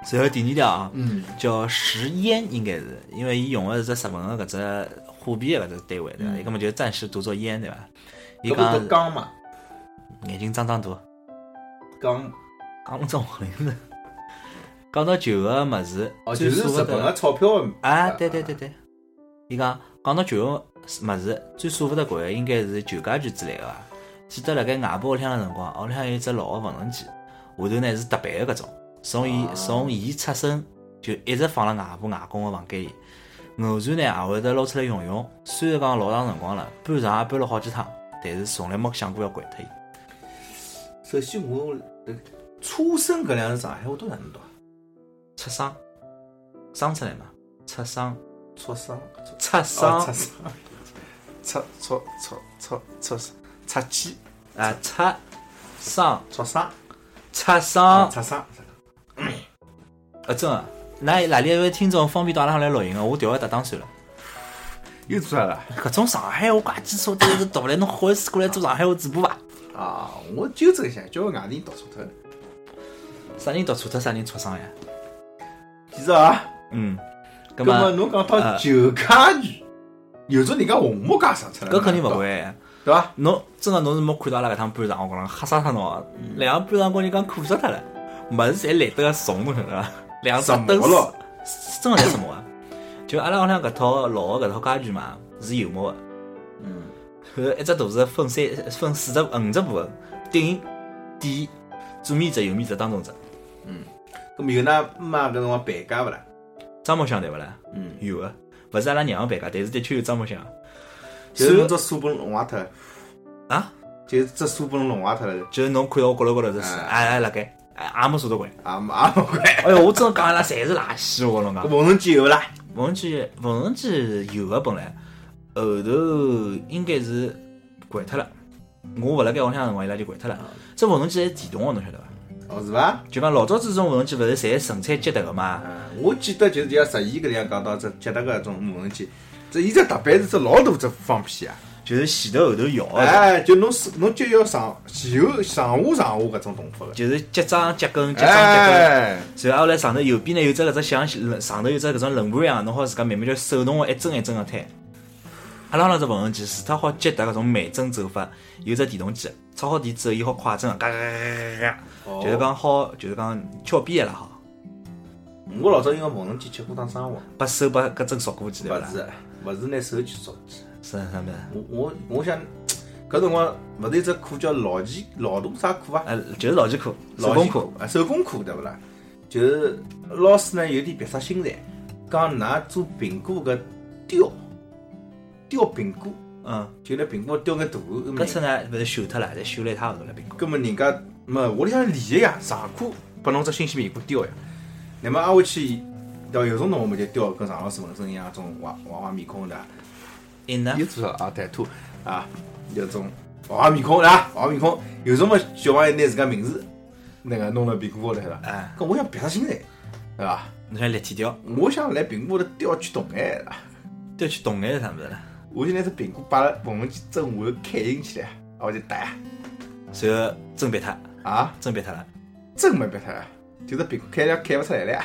随后第二条啊，嗯，叫石烟，应该是，因为伊用的是只日本的搿只货币的搿只单位，对伐？伊根本就暂时读作烟，对伐？伊
嗯搿不
讲
是讲嘛，
眼睛张张大，
讲
讲勿中话铃了。 讲到旧个物事，
哦，
最
就是
所
日
谓
本个钞票的
啊，对对对对，伊讲讲到旧个物事，最舍勿得掼个应该是旧家具之类个伐？记得辣盖外婆屋里向个辰光，屋里向有一只老个缝纫机，下头呢是踏板个搿种，从伊从伊出生就一直放辣外婆外公个房间里，偶然呢也会得捞出来用用。虽然讲老长辰光了，搬床也搬了好几趟，但是从来没想过要掼脱伊。
首先我呃出生搿两个字上海话都哪能读啊？
出生，生出来嘛，出生，
出生，
出
出生，
生
出生，出出出出出生，出去，
啊，出生，
出生，
出生。
出生，
啊，真的，那哪里有位听众方便到阿拉来录音个，我调个搭档算了。
又做啥了？
搿种上海话怪基础都是读勿来，侬好意思过来做上海话主播伐？
啊，我纠正一下，叫外地人读错脱了。
啥人读错脱，啥人出生呀？
其实啊。
嗯，搿
那么
么呃
侬讲到旧家具，有种人家红木家生出来的，
搿肯定勿会。
对伐？
侬真个侬是没看到阿拉搿趟搬场，我讲吓死脱侬啊！两个搬场跟人讲苦死脱了，物事侪懒得个怂，侬晓得伐？两只
什么
灯是
了？
是真个侪什么啊？就阿拉屋里向搿套老个搿套家具嘛，是柚木个。嗯。一只大石分三分四只五只部分，顶、底、左面只、右面只、当中只。
那么有㑚妈搿辰光陪嫁勿啦？
樟木箱对勿啦？
嗯，
有个，勿是阿拉娘陪个，但是的确有樟木箱。
就是
随
侬
后
只书本弄坏脱了，
啊，
就是只书本弄坏脱了，也
就是侬看到我角落高头只书，
哎
哎哎辣盖，哎也没舍得掼。
没也没怪。
哎哟，我真的讲阿拉侪是垃圾，哦我跟侬讲
搿。缝纫机有勿啦？
缝纫机，缝纫机有个本来，后头应该是掼脱了。我勿辣盖屋里向辰光，伊拉就掼脱了。这缝纫机还是电动个，侬晓得伐？
哦，是伐？
就讲老早子种缝纫机勿是侪生产捷达个嘛？
嗯，我记得就是像十一搿里向讲到只捷达搿种缝纫机，这伊只踏板是只老大只放屁啊！
就是前头后头摇个，
哎，就侬是侬就要上前后上下上下搿种动法个。
就是结桩结根结桩结根。
哎，
然后阿拉上头右边呢有只搿只像上头有只搿种轮盘一样，侬好自家慢慢叫手动个一针一针个推。阿拉那只缝纫机，除脱好捷达搿种慢针走法，有只电动机，插好电之后，伊好快针，嘎嘎嘎嘎嘎
哦
嘎，哦就是讲好，就是讲翘边了好，
我老早因为缝纫机吃过趟生活，
把手把搿针戳过去对伐
勿？是勿是拿手去捉起。
是啥物事？
我我我想，搿辰光勿是有只课叫劳技劳动啥课啊？
呃，就是老几课，手
劳
工
技
课，
啊，手工课对勿啦？就是老师呢有点别出心裁，讲㑚做苹果搿雕雕苹果，
嗯，
就拿苹果雕眼图案。
搿次呢勿是修脱了，侪修了一塌糊涂了，苹果。
葛末人家没屋里向礼仪呀，上课拨侬只新鲜苹果雕呀。那么挨下去，到有种同学么就雕跟常老师纹身一样，种娃娃娃面孔的。啊
因呢
伊，做啥啊？歹兔啊，有种娃娃面孔啦，娃娃面孔，有种么小朋友拿自家名字那个弄了屁股高头啦。
哎，
搿我想别出心裁，对伐？
侬想立体雕，
我想来苹果头叼去动眼了，
雕去动眼是啥物事啦？
哎我就拿只苹果摆辣缝纫机针下头开进去了，啊我就打
然后针别脱，
啊，
针别脱了，
针没别脱了，就是苹果开了开勿出来了呀，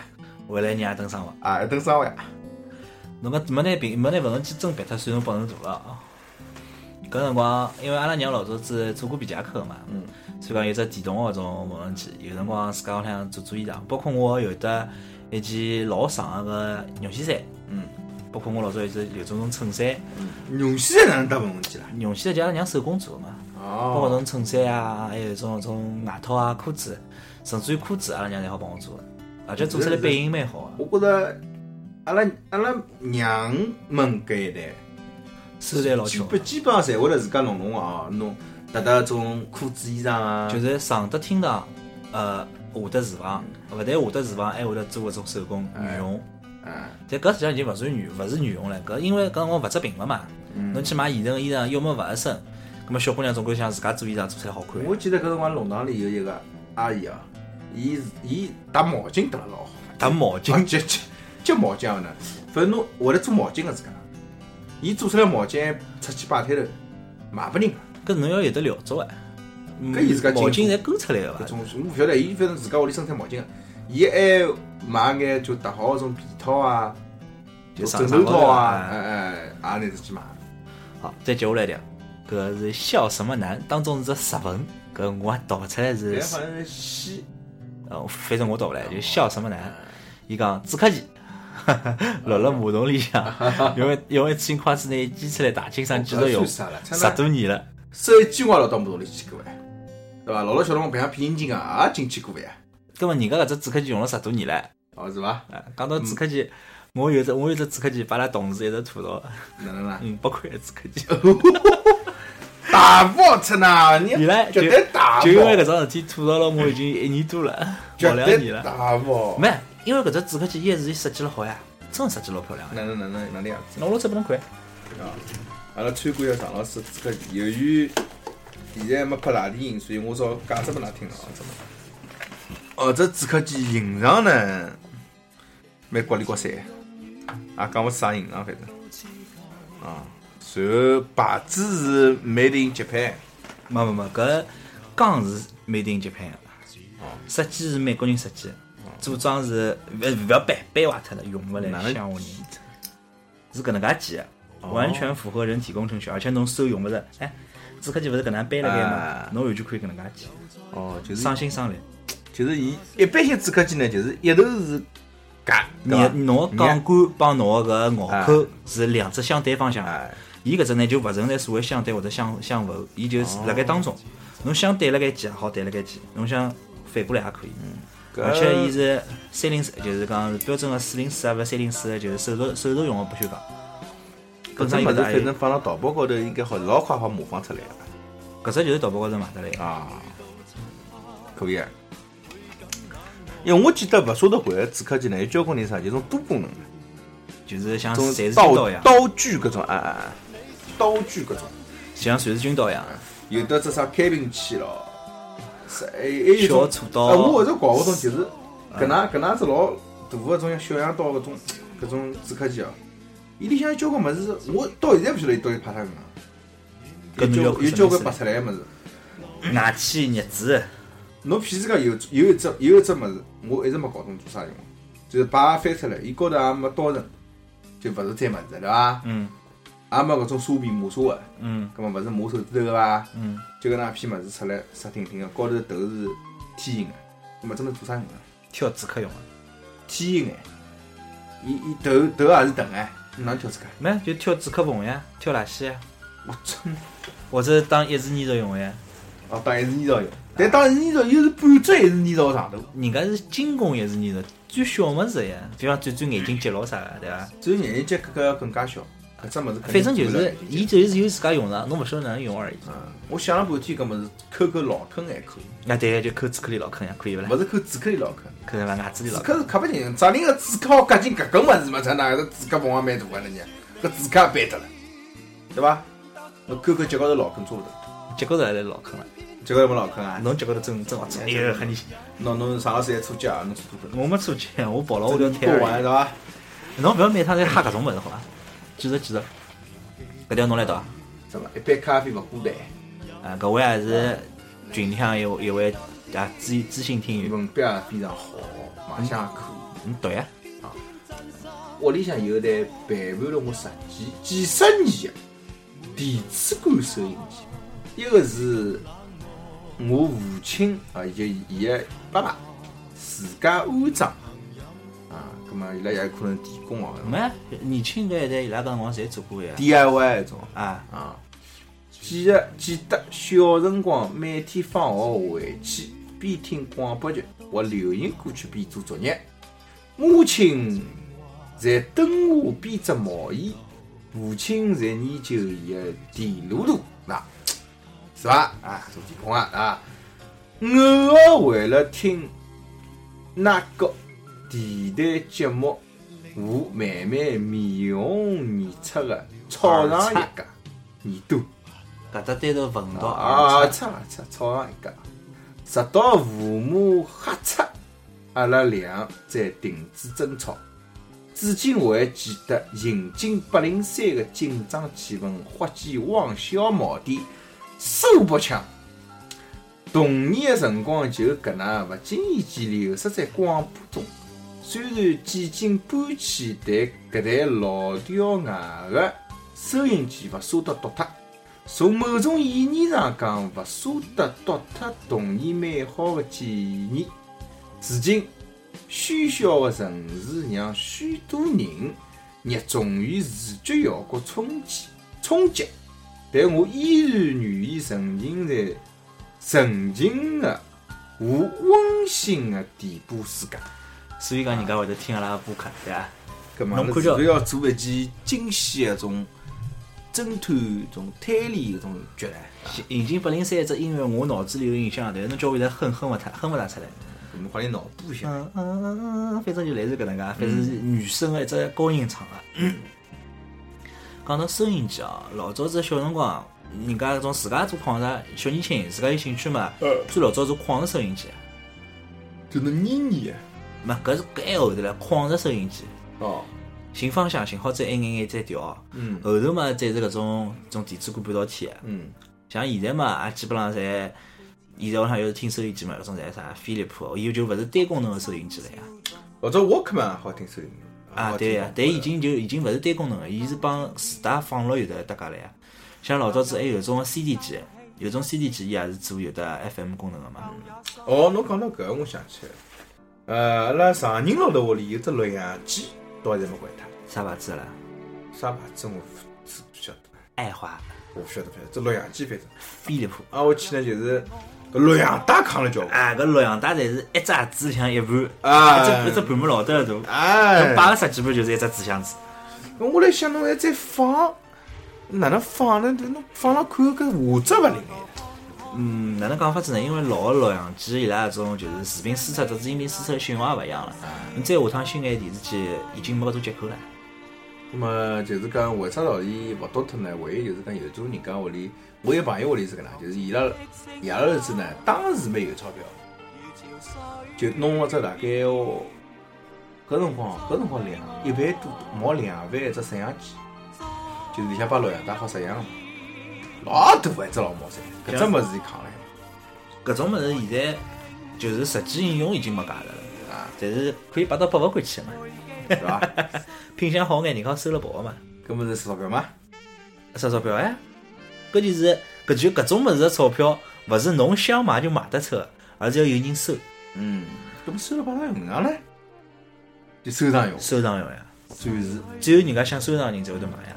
回来让登生活。
啊要等生活呀，
侬讲没拿病，没拿缝纫机针别脱，算侬帮侬大了啊！搿辰光，因为阿拉娘老早子做过皮夹克个嘛，
嗯，
所以讲有只电动个种缝纫机，有辰光自家屋里向做做衣裳，包括我有得一件老长个个绒线衫，
嗯，
包括我老早有只有种衬衫，
绒线哪能搭缝纫机啦？
绒线衫就阿拉娘手工做个嘛，包括
哦，
种衬衫啊，还有种种外套啊、裤子，甚至于裤子，阿拉娘侪好帮我做的，而且做出来背影蛮好啊个，
我觉着阿拉阿拉娘们搿一代。
手段老
基
巧，
本基本上侪会得自家弄弄啊，弄搭搭种裤子衣裳啊，
就是上得厅堂，呃，下得厨房，勿但下得厨房，还会得做搿种手工
哎
羽绒。
啊，
但搿实际上已经勿算羽，勿是羽绒了，搿因为搿辰光勿折屏了嘛，
嗯
侬去买现成个衣裳，要么勿合身，葛末小姑娘总归想自家做衣裳做出来好看。
我记得搿辰光弄堂里有一个阿姨啊，伊是伊搭毛巾搭了 老好，
打毛
啊
巾，
接接接毛巾啊呢，反正侬会得做毛巾个自家，伊做出来毛巾出去摆摊头卖拨人啊家，
搿侬要有得料招哎。
搿伊自家
毛
进
巾
货
侪勾出来个
搿？
伐
种我勿晓得，伊反正自家屋里生产毛巾，伊还买眼就搭好种被套啊，
就上
枕头套啊，
上
哎哎，也拿出去卖，
好，再接下来一条，搿是笑什么男，当中是只日文，搿我也读勿出来是
但，好像是西，
呃，反正我读勿来，就
哦
笑什么男。伊讲只客气，落辣马桶里向，用一用一次性筷子拿伊挤出来大清爽继续用，
搿算啥哦了？
十多年了。
手机我也老到马桶里去过哎，对伐？老早小辰光白相变形金刚也进去过呀，
葛末人家搿只纸壳机用了十多年了。
哦是伐？
啊讲到纸壳机，
嗯
我有只我有只纸壳机，把拉同事一直吐槽，嗯
哪能啦？
五百块一纸壳 机。
大爆出呐！啊你
伊拉就
绝对大爆，
就因为搿桩事体吐槽了我已经一年 多了，
绝
毛两年
对
了。
大爆。
没，因为搿只纸壳机也是伊设计了好呀，真设计老漂亮的。
哪能哪能哪能样子？
侬老早拨侬看，
啊阿拉参观一下常老师这个，由于现在还没拍大电影，所以我只好解释拨㑚听了啊。怎么？哦，这纸壳机形状呢，蛮刮里刮塞，也讲勿出啥形状，反正啊。然后牌子是 Made in Japan，
没没没，搿钢是 made in Japan 的
哦
设计是美国人设计的，组装是勿勿要掰掰坏脱了，用勿来
哪能哦
乡下人，是搿能介记的，完全符合人体工程学，而且侬手用勿着，哎，纸壳机勿是搿能掰辣盖
啊
嘛，侬完全可以搿能介记，
哦，就
省心省力。
就是伊一般性纸壳机呢，就是一头是夹，对
你
吧
侬个
捏
钢管帮侬个搿拗口是两只相对方向
哎
的，伊搿只呢就勿存在所谓相对或者相相否，伊就是
哦
辣盖当中。侬想对辣盖几也啊好，对辣盖几，侬想反过来也可以。
嗯搿
而且伊是三零四，就是讲是标准的四零四啊，勿是三零四，就是手术手术用的不锈钢。
搿
本
只
身
物
有哎
事反
个还有
正，放到淘宝高头应该好老快好模仿出来了。
搿只就是淘宝高头买得来的。
啊，可以啊。因为我记得勿晓得搿个纸壳机呢，有交关人啥，就是种多功能的，
就是像
种
全是军刀一
啊道
样，
刀具搿种，啊啊啊，刀具搿种，
像全是军刀一样，
有的只啥开瓶器咯，是还还有一种
小锄刀
啊我一直搞勿懂，就是搿能搿能只老大个种像小洋刀搿种搿种纸壳机哦，伊里向有交关物事，我到现在勿晓得伊到底拍啥用啊，有
搿侬
交
要
有交关
看
白出
什么意思
来个物事。嗯
牙签、镊子，
侬譬如讲有有一只有一只物事，我一直没搞懂做啥用，就是把它翻出来，伊高头也没刀刃，就勿是摘物事对伐？
嗯
也没搿种沙片磨砂个，
嗯
葛啊末勿是磨手指头个伐？
嗯，
就搿能一批物事出来直挺挺个，啊高头头是天形个，葛末真的做啥用啊？
挑纸壳用的，
天哎形眼，伊伊头头也是钝哎，哪能挑自家？
没就挑纸壳缝呀，挑垃圾呀，
我操！
或者当一字粘着用呀。
哦，当然是捏造用，但当然是捏造又是半只还是捏造长头，
人家是精工一字粘着，最小物事呀，比方最最眼睛接牢啥个，对伐？
只有眼睛节搿个更加小，搿只物事肯定
反正就
做勿了
是
眼睛节
伊就是有自家用场，侬勿晓得哪能用而已。
嗯，我想了半天，搿么是抠抠老坑还可以，
啊，对，就抠纸壳里老坑呀，可以勿啦？
勿是抠纸壳里老坑。
可能把牙齿里
纸
老
壳是夹不进，咋人个纸壳好夹进搿根物事嘛？咱哪个纸壳缝也蛮大个了呢？搿纸壳也掰脱了，对伐？那抠抠脚高头老坑差勿多。
结果是还来老坑了。
结果有没老坑啊？
侬结果头真真好吃，哎呦，吓你！
侬侬上个时间初级啊，侬初多
我没出去，我跑了我就
坑，
退
过完
了。
是伐？
侬不要每趟侪哈搿种物事好伐？继续继续，搿条侬来读啊！
怎么一杯咖啡勿孤单？
啊，搿位也是群里向一位一位啊知知心听
你
友，
文笔也非常好，卖相也可以。
你读呀。
屋里向有一台陪伴了我十几几十年的电子管收音机，一个是我父亲啊，以及伊个爸爸自家安装啊，葛么伊拉也可能提供哦
没，年轻搿一代伊拉搿辰光侪做过呀。
，DIY 那种
啊，
啊。记得记得小辰光，每天放学回去边听广播剧或流行歌曲边做作业，母亲在灯下编织毛衣，父亲在研究伊个电路图，那是伐？啊，做电工啊啊！偶尔为了听那个电台节目，我慢慢面红耳赤的吵上一架，耳朵
搿搭单独文读
啊，吵啊吵，吵上一架，直到父母呵斥，阿拉俩才停止争吵。至今我还记得行进八零三的紧张气氛，或见汪小毛的手不抢。童年的辰光就搿能勿经意间流失在广播中。虽然几经搬迁，但搿台老掉牙的收音机勿舍得丢脱。从某种意义上讲，勿舍得丢脱童年美好的记忆。如今，喧嚣的城市让许多人热衷于视觉效果冲击冲击，但我依然愿意沉浸在沉浸的和温馨的电波世界。
啊所以讲人家会得听阿拉播客，对伐？
搿么，
侬
侬
看
是
叫
不是要做一件精细的种侦探、种推理的种剧呢？
行引进八零三只音乐，我脑子里有印象，但是侬叫我现在哼哼勿出，哼勿大出来。
我们快点脑补一下。
嗯嗯嗯嗯，反正就类似搿能介，反正是女生的一只高音啊唱的。 讲到收音机哦，老早子小辰光，人家搿种自家做矿石，小年轻自家有兴趣嘛，最老早做矿石收音机，
就能捏捏
没搿是搿还后头了，矿石收音机，啊
哦，
寻方向寻好再一眼眼再调，啊
嗯
后头嘛再是搿种种电子管半导体的，
嗯
像现在嘛，啊也基本上侪，现在我想要是听收音机嘛，搿种侪啥飞利浦，伊就勿是单功能的收音机了呀。
老早 Walkman 好听声音
啊，对呀、但已经就已经勿是单功能了，伊是帮磁带放了有的搭界了呀。像老早子还有种 CD 机，有种 CD 机伊也是做有的 FM 功能的嘛。
哦，侬讲到搿个，我想起来了，呃，阿拉长宁老头屋里有只录像机，到现在没关脱，
啥牌子啦？
啥牌子我不知不晓得，
爱华、
我不晓得，反正只录像机反正，
飞利浦。
挨下去呢就是搿录像带扛了交关，
啊，搿录像带侪是一只盒子里向一盘，
啊
一只一只盘木老头的大，
哎
侬，摆个十几盘就是一只纸箱子。
我来想侬还再放，哪能放呢？侬放了看搿画质勿灵哎，
嗯，哪能讲法子呢？因为老个录像机伊拉搿种就是视频输出和音频输出的信号也勿一样
啊
了。你再下趟新眼电视机已经没搿种接口了。
那么就是讲为啥道理勿倒脱呢？唯一就是讲有种人家屋里，我有朋友屋里是搿能，就是伊拉伊拉儿子呢，当时蛮有钞票。就弄了只大概哦，搿辰光搿辰光两一万多，毛两万一只摄像机，就是里向把录像带好摄像嘛，老大一只老毛三，搿只物事伊扛来
搿种物事现在就是实际应用已经没价值了，
啊，
但是可以摆到博物馆去嘛，
对伐？
品相好眼人家收了跑嘛，
搿么是钞票嘛？
啥钞票呀？搿就是搿就搿种物事的钞票，勿是侬想买就买得出的，而是要有人收
嗯，搿么收了摆到银行呢？就收藏用，
收藏用呀，
算是
只有人家想收藏的人才会得买呀。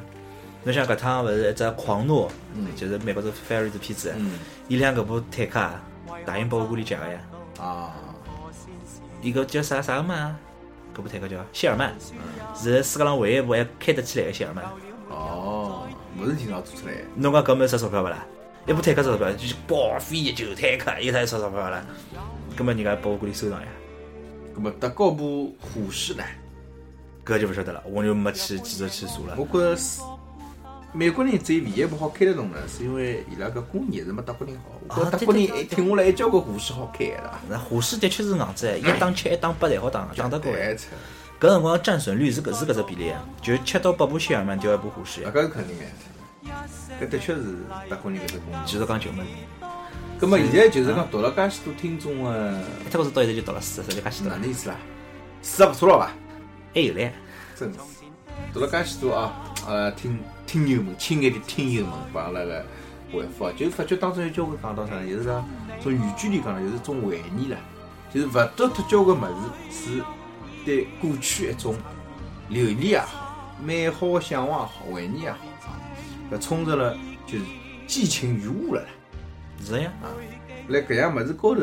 侬像搿趟勿是一只狂怒
嗯，
就是美国的 Ferry 的片子，
嗯
伊两搿部坦克啊打印博物馆里借个呀，
啊，
伊个叫啥啥个嘛？搿部坦克叫谢尔曼，是世界上唯一一部还开得起来个谢尔曼。
哦，勿是今朝做出来的，
侬讲搿么有啥钞票勿啦？一部坦克啥钞票？就是报废一旧坦克，有啥有啥钞票勿啦？搿么人家博物馆里收藏呀，
搿么搭高部虎式呢？
搿就勿晓得了，我就没去继续去查了
我。觉着是美国人只有唯一不好开得动呢，是因为伊拉个工艺是没德国人好。我觉
啊
得德
对
国人
对
一
对对
听下来还交关护士好开的，
那护士的确是硬子，一打七一打八侪好打，打得过来。
对出
搿辰光战损率是搿是搿只比例，啊就七到八部血嘛，掉一部护士
啊，。搿是肯定的。搿的确是德国人搿只工艺。
继续讲九门，
葛末现在就是讲读了介许多听众个，
一特不是到现在就到了四十，就介许多
哪
了
能，意思啦？四十勿错了伐？
还有嘞。
真是读了介许多啊，呃，听听友们，亲爱的听友们，把阿拉个回复啊，就发觉当中有交关讲到啥呢？就是讲从远距离讲呢，就是一种怀念啦，就是勿读脱交关物事，是对过去一种留恋也好，美好的向往也好，怀念也好，搿充斥了就是寄情于物了啦。
是啊呀，
辣搿样物事高头，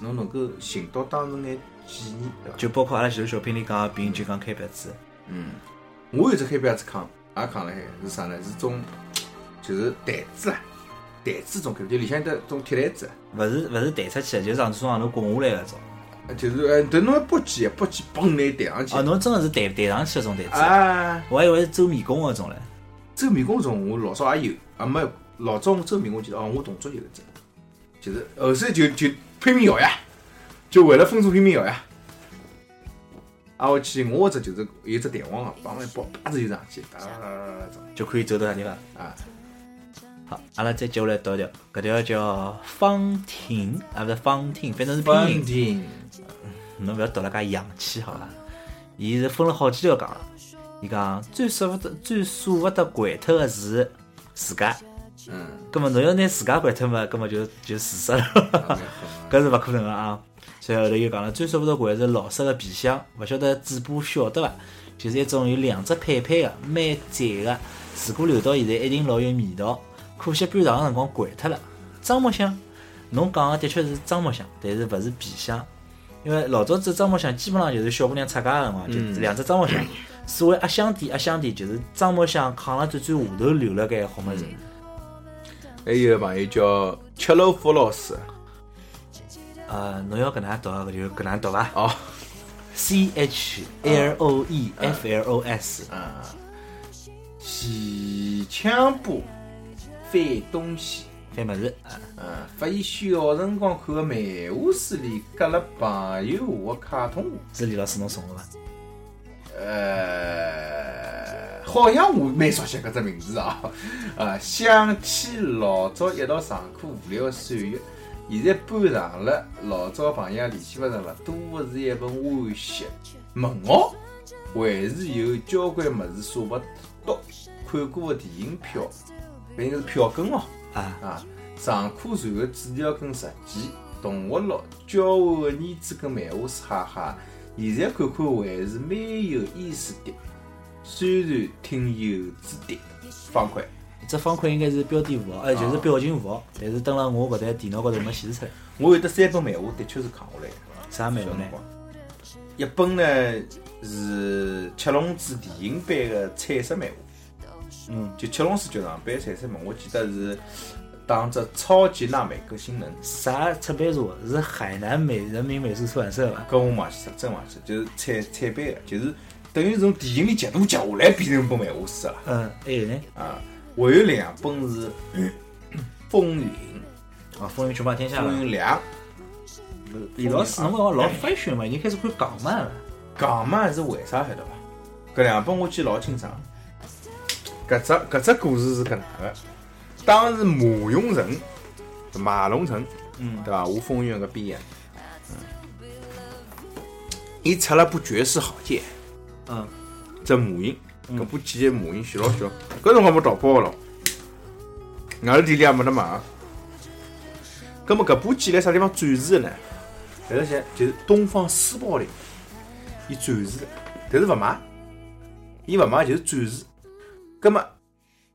侬能够寻到当时眼记忆，对伐？
就包括阿拉前头小品里讲，病就讲开鼻子，
嗯，我有只黑板子扛，也扛了海，是啥呢？是种就是台子啦，台子种黑，就里向的种铁台子，啊
勿是勿是弹出去的，就是上次从上头滚下来个种。
呃就是呃，等侬拨起，拨起嘣来弹
哦，
上去。
侬真的是弹弹上去的种弹子，
啊，
我还以为是走迷宫个种嘞。
走迷宫种我老早也有，啊没，老早我走迷宫记得哦，我同桌有一只，就是后头就就拼命摇呀，就为了分数拼命摇呀。啊，我去，我这就是有一只弹簧啊，帮我一包，叭子就上去，哒哒哒哒哒走
就可以走到啥地方。
啊，
好，阿拉再接下来读一条，搿条叫方婷，啊勿是方婷，反正是
蹦
拼音，
迪，
侬勿要读了介洋气好伐？伊是分了好几条讲了，伊讲最舍勿得、最舍勿得掼脱个是自家，
嗯。
葛末侬要拿自家掼脱嘛，葛末就就事实了，搿是勿可能个啊。所以后头又讲了，最舍勿得掼是老式个皮箱，勿晓得主播晓得伐？就是一种有两只配配个，蛮窄个，如果留到现在一定老有味道。可惜搬场个辰光掼脱了。樟木箱，侬讲个的确是樟木箱，但是勿是皮箱，因为老早子樟木箱基本上就是小姑娘出嫁个辰光，就两只樟木箱。所谓压箱底，压箱底就是樟木箱扛了最最下头留了该好物事。
还有个朋友叫赤漏福老师
呃，侬要搿能读啊，搿就搿能读伐
哦，
？C H L O E F L O S，
前腔部翻东西，
翻物事啊。
嗯，发现小辰光看个漫画书里夹了朋友画个卡通
是李老师侬送个伐？
画，呃，好像我蛮熟悉搿只名字啊，啊，想起老早一道上课无聊个岁月。现在搬场了，老早朋友也联系勿上了，多的是一份惋惜。问我还是有交关物事舍勿得，看过个电影票，反正是票根哦。
啊
啊，上课传个纸条跟日记，同学录交换个年纸跟漫画书，哈哈。现在看看还是蛮有意思的，虽然挺幼稚的。方块，
这方块应该是标点符号，哎，就是表情符号，但是登了我搿台电脑高头没显示出来。
我有得三本漫画，的确是扛下来的。
啥漫画啊呢？
一本呢是七龙珠电影版的彩色漫画，
嗯，
就七龙珠剧场版彩色漫画，我记得是打着超级纳美克星人，
啥出版社？是海南美人民美术出版社伐？
搿我忘记了，真忘记了，就是彩彩版的，就是等于是从电影里截图截下来变成一本漫画书了
嗯，还有呢？
啊。还有两本是《风云》，
啊，风云雄霸天
《
下
风
了。
云两》
李老师，侬哎搿老 fashion 嘛，已经开始看港漫了。
港漫是为啥晓得伐？搿两本我记得老清爽。搿只搿只故事是搿能个，当时马永成，马龙成，嗯，对伐？吴风云搿边演，嗯，伊出了部绝世好剑，
嗯，
只马云，搿部剑的马云小老小，搿辰光没淘宝个咯，外头店里也没得买。葛末搿部剑辣啥地方展示的呢？辣辣些就是东方书报里。伊展示的，但是勿买，伊勿买就是展示。葛么，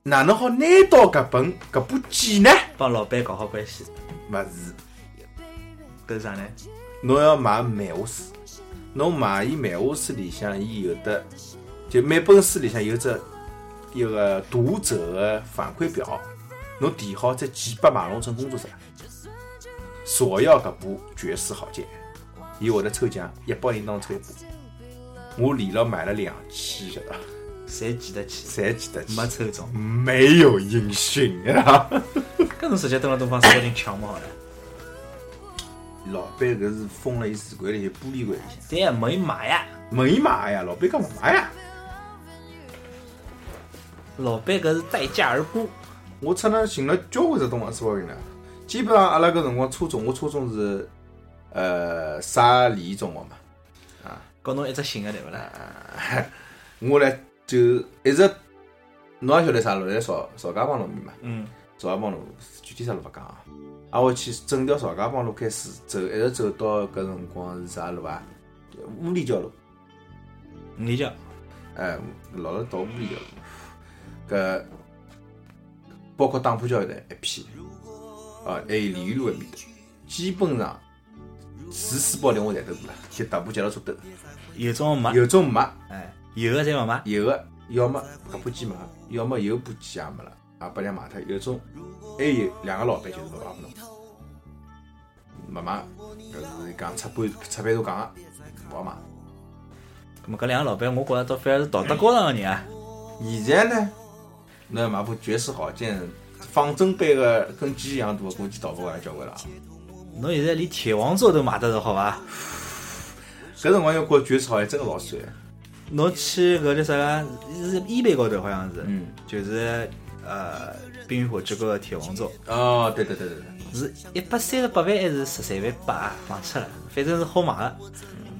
哪能好拿到搿本搿把剑呢？
帮老板搞好关系，
勿是，
搿是啥呢？
侬要买漫画书，侬买伊漫画书里向伊有的，就每本书里向有只一个读者的反馈表，侬填好再寄拨马龙城工作室，索要搿部绝世好剑，伊会得抽奖，一百人当中抽一部。我连牢买了两期，晓得伐？
侪记得起，
侪记得起，
没抽中。
没有音讯啊！
搿侬直接蹲辣东方三六零抢嘛好了。
老板搿是封了伊四柜里向玻璃柜里向，
对呀，没买呀。
问伊买呀，老板讲勿买呀。
老板搿是待价而沽。
我出来寻了交关只东方书包呢，基本上阿拉搿辰光初中，我初中是呃沙里中学嘛，
告侬一只新的对勿啦？
我呢就一直，侬也晓得啥路，在曹曹家浜路面嘛，
嗯，
曹家浜路具体啥路勿讲啊，挨下去整条曹家浜路开始走，一直走到搿辰光是啥路啊？乌里桥路，
五里桥。
哎，老是到乌里桥路，搿包括打浦桥一带一片，啊，还有鲤鱼路埃面搭，基本上十四包里我侪兜过了，去踏部脚踏车兜，
有种没，
有种没。
哎，有的侪勿买。
有个要么搿部机没了，要么有部机也没了，也拨人家卖脱。有种还有两个老板就是啊勿卖拨侬，勿卖，搿是讲出版出版社讲个，勿好卖。
咁么搿两个老板，我觉着倒反而是道德高尚个人啊。
现在呢，侬要买部绝世好剑，仿真版个跟鸡一样大，估计淘宝高头交关了啊。
侬现在连铁王座都买得着好伐？
搿辰光要觉绝世好剑真个老帅，
侬去搿叫啥个？是 eBay 高头好像是，
嗯，
就是呃《冰与火之歌》的铁王座，
哦，对对对对对，
是一百三十八万还是十三万八啊？忘记了，反正是好买个。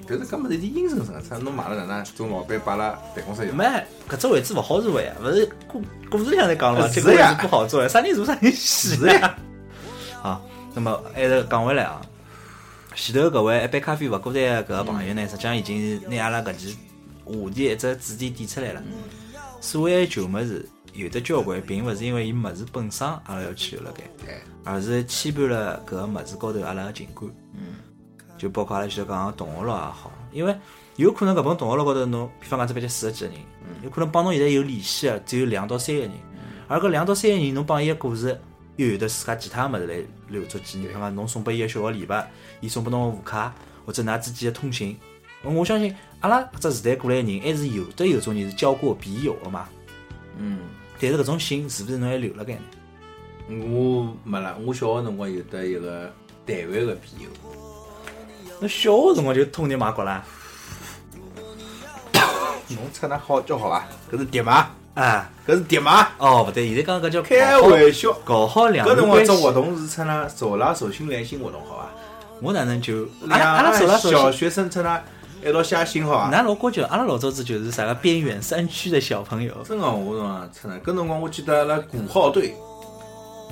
但是搿么是一点阴森森个，啥侬买了哪能？种老板摆辣办公室里头，
没，搿只位置勿好坐呀，勿是故故事里向在讲了嘛，这
是
个位置
呀
不好坐呀，啥人坐啥人死呀。 啊，那么还是讲回来啊，前头搿位一杯咖啡勿孤单的搿个朋友
嗯
呢，实际上已经拿阿拉搿期话题一只主题点出来
嗯
了。所谓的旧物事，有的交关并勿是因为伊物事本身阿拉要去留辣盖，
哎，
而啊是牵绊了搿个物事高头阿拉个情感。嗯，就包括阿拉前头讲个同学咯也好，因为有可能搿本同学咯高头侬，比方讲只班级四十几个人，有可能帮侬现在有联系个只有两到三个人，而搿两到三个人侬帮伊个故事。又有得自家其他物事来留作纪念，比方讲侬送拨伊个小个礼物，伊送拨侬个副卡，或者㑚之间个通信。我相信阿拉搿只时代过来个人，还是有的有种人是交过笔友个嘛。
嗯。
但是搿种信是不是侬还留辣盖呢？
嗯我没了，我小学辰光有得一个台湾个笔友，
侬小学辰光就通敌马国啦？
侬出那好叫好伐？搿是叠嘛，
啊，
�是叠嘛，
哦，勿对，现在讲搿叫
开
搞好
玩笑。
搞好两
搿
个
辰光
关
只活
系。
动是出那手拉手心来信活动，好伐？
我哪能就阿拉阿
两
拉手
个
拉手
哎小
去，
学生出那一道写信，好伐？
㑚老高就阿拉老早子就是啥个边远山区的小朋友，
真个，我辰光出那搿辰光，我记得阿拉鼓号队，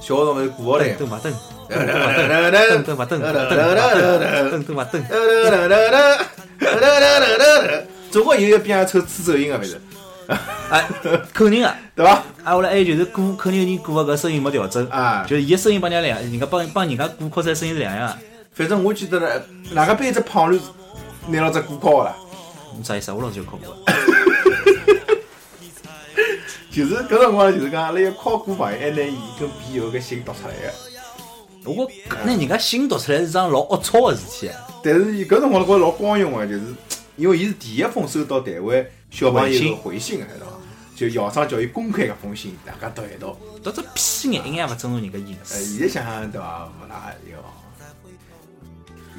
小学辰光有鼓号队
噔。嘛噔，
噔
噔噔嘛噔，噔噔嘛噔，噔噔嘛噔。
总归有一边抽吹奏音个，反正
哎，肯定啊！
对伐？
啊，后来还有就是鼓，肯定有人鼓个搿声音没调整
啊
就是伊个声音帮人家两，人家帮帮人家鼓敲出来声音是两样啊。
反正我记得了，哪个班只胖驴拿了只鼓高啦？
你啥意思啊？我老早就考过。
就是搿辰光，就是讲阿拉有考古朋友还拿伊跟笔友搿信读出来个。
我
嗯
那人家信读出来是桩老龌龊的事体啊。
但是伊搿辰光我觉着老光荣个，就是因为伊是第一封收到台湾小朋友个回信个，晓得伐？就校长叫伊公开搿封信，大家读一道。
到这屁眼一眼也勿尊重人家隐
呃，
私。
现在想想对伐？勿大一样。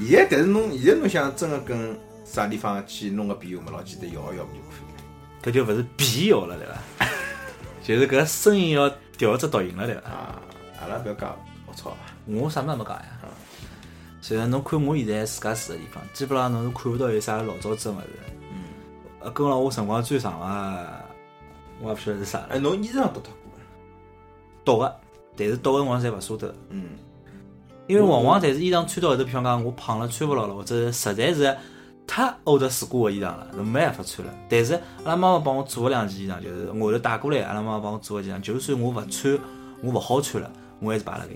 现在但是侬现在侬想真个跟啥地方去弄个笔友嘛，老简单，摇一摇就可以了。
搿就勿是必要了，对伐？ 就是搿声音要调只读音了，对伐？
啊，阿拉勿要讲，我操！
我啥物事也没讲呀。所以侬看我现在自家住个地方，基本上侬是看勿到有啥老早子个物事。嗯。呃，跟牢我辰光最长个，我也勿晓得是啥
哎，
了。
侬衣裳读脱过伐？
读个，但是读个辰光侪勿舍得，
嗯。
因为往往侪是衣裳穿到后头，比方讲我胖了穿勿牢了，或者实在是太 old school 个衣裳了，是没办法穿了。但是阿拉妈妈帮我做个两件衣裳，就是我后头带过来，阿拉妈妈帮我做个几件，就算我勿穿，我勿好穿了，我还是摆辣盖。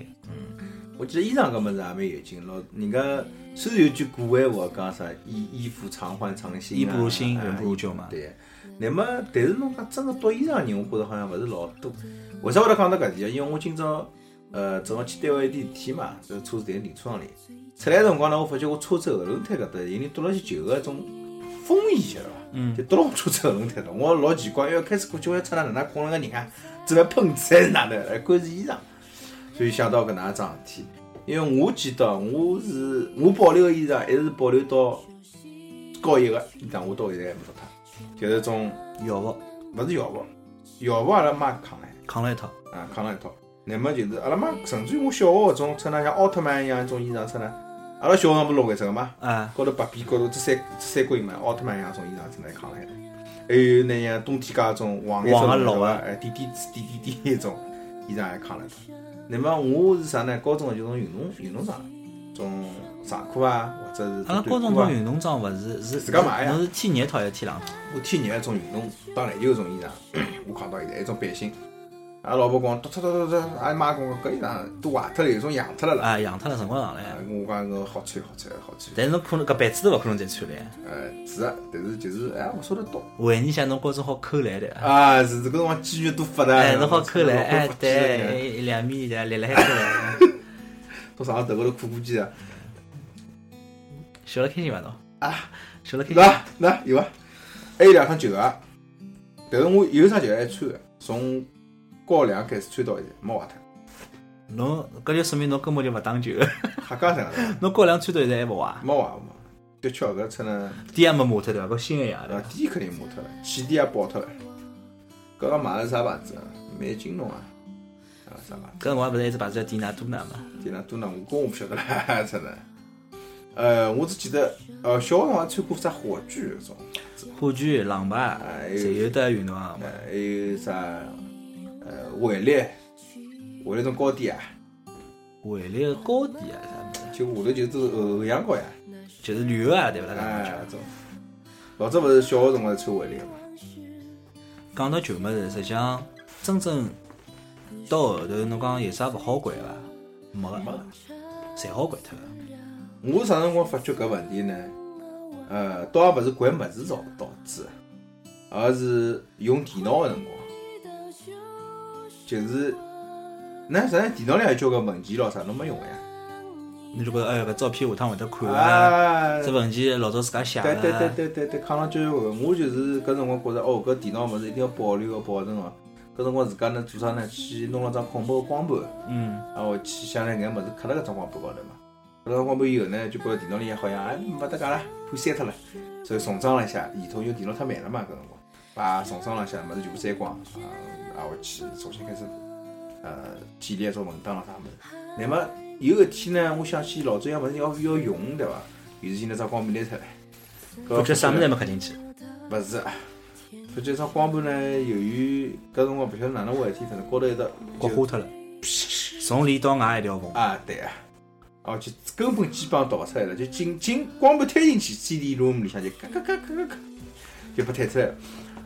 我记得衣裳搿物事也蛮有劲，老人家虽然有句古闲话讲啥衣衣服常换常新啊，
衣不如新，
啊
人不如旧嘛。
对。那么，但是侬讲真个读衣裳人，我觉着好像勿是老多。为啥会得讲到搿点？因为我今朝呃正好去单位有点事体嘛，就车子停停车场里。出来的辰光呢，我发觉我车子后轮胎搿搭有人丢了些旧个种封闭的
嗯
了，就到了车子后头来了。我老奇怪，因为开始过去我想出来哪能困了个人啊，走来喷子还是哪能？来看是衣裳，所以想到搿能样桩事体。因为我记得我是我保留的衣裳，还是保留到高一个衣裳，我到现在还没脱脱，就是种
校服
勿是校服，校服阿拉妈扛来。
扛了一套，
啊，扛了一套。那么就是阿拉妈，甚至于我小学搿种穿了像奥特曼一样一种衣裳穿了，阿拉小学辰光不是六一只个嘛，
啊，
高头白边高头只三只三角形嘛，奥特曼一样一种衣裳穿来扛来的。还有那像冬天介种黄颜色
黄的
的
绿的
哎，点点紫点点点一种衣裳还扛了一套。那么我是啥呢？高中的就从运动运动场，种长裤啊，或者是
阿拉
短
高中
裤啊
种，运动装勿是是
自家买呀
侬是天热套还是天冷套？
我天热一种运动打篮球一种衣裳，我扛到现在一种背心。阿拉老婆讲，脱脱脱脱脱，阿哎妈讲搿衣裳都坏脱了，有种洋脱了啦。
啊，养脱了辰光长了呀
啊，我讲搿好穿好穿好穿，
但是侬可能搿辈子都勿可能再穿了呀。
呃，是啊，但是就是哎，我说得到
回忆一下侬高中好扣篮的，
啊，是这个辰光肌肉都发达，
哎，侬好扣篮，
老会，
哎
发肌肉的
对，一两米的立辣海扣篮，
到上头高头苦过肌啊，
笑了开心伐侬？
啊，
笑了开心伐。
那那有啊，还有两双旧鞋，但是我有一双旧鞋还穿的，从高两开始穿到现在没坏脱，
侬搿就说明侬根本就勿打球，
瞎讲啥个，
侬高粱穿到现在还勿坏，
没坏没坏，的确搿穿了，
底也没磨脱对伐？搿新个呀，对
呃
伐？，
底肯定磨脱了，起底也爆脱了，搿个买的啥牌子啊？美金龙啊，啊啥牌子？
搿辰光勿是一直牌子叫迪纳多纳嘛？
点了多呢？我跟我不 晓得啦，真的。呃，我只记得，呃，小学辰光穿过啥火炬搿种，
火炬、浪牌，
哎呦
侪有得运动项目
呃，。还有啥，呃，围力，围力种高低啊，
回力高低啊啥物事，
就下头就是后后仰高呀，
就是旅游啊对勿啦？
哎，
讲
搿种。老早勿是小学辰光穿围力嘛，
讲到球物事，实际上真正到后头，侬讲有啥勿好管伐？没个，侪好管脱个。
我是啥辰光发觉搿问题呢？呃，倒也勿是掼物事导导致的，而是用电脑个辰光，就是，那实际上电脑里也交个文件咯啥，侬没用个呀。
侬就觉着哎，搿照片下趟会得看啊，
啊，
这文件老早自家写
对对对
个，
对对对，抗浪交交个，我就是搿辰光觉着哦，搿电脑物事一定要保留个保存哦。搿辰光自家呢做啥呢？去弄了张恐怖个光盘，
嗯，
然后去想了眼物事刻辣搿张光盘高头嘛。搿张光盘以后呢，就觉着电脑里向好像哎没得讲了，看删脱了，所以重装了一下。系统因为电脑太慢了嘛，搿辰光把重装了一下，物事全部删光，啊，挨回去重新开始呃建立一种文档了啥物事。那么有一天呢，我想起老早要物事要要用对伐？于是性拿张光盘拿出来，搿
我觉得啥物事也没刻进去，
勿是，啊发觉张光盘呢，由于搿辰光勿晓得哪能回事体，反正高头有得
刮花脱了，从里到外一条缝，
啊，对啊，哦，就根本基本上导勿出来了，就进进光盘推进去，CD room 里向就嘎嘎嘎嘎嘎嘎，就被推出来了。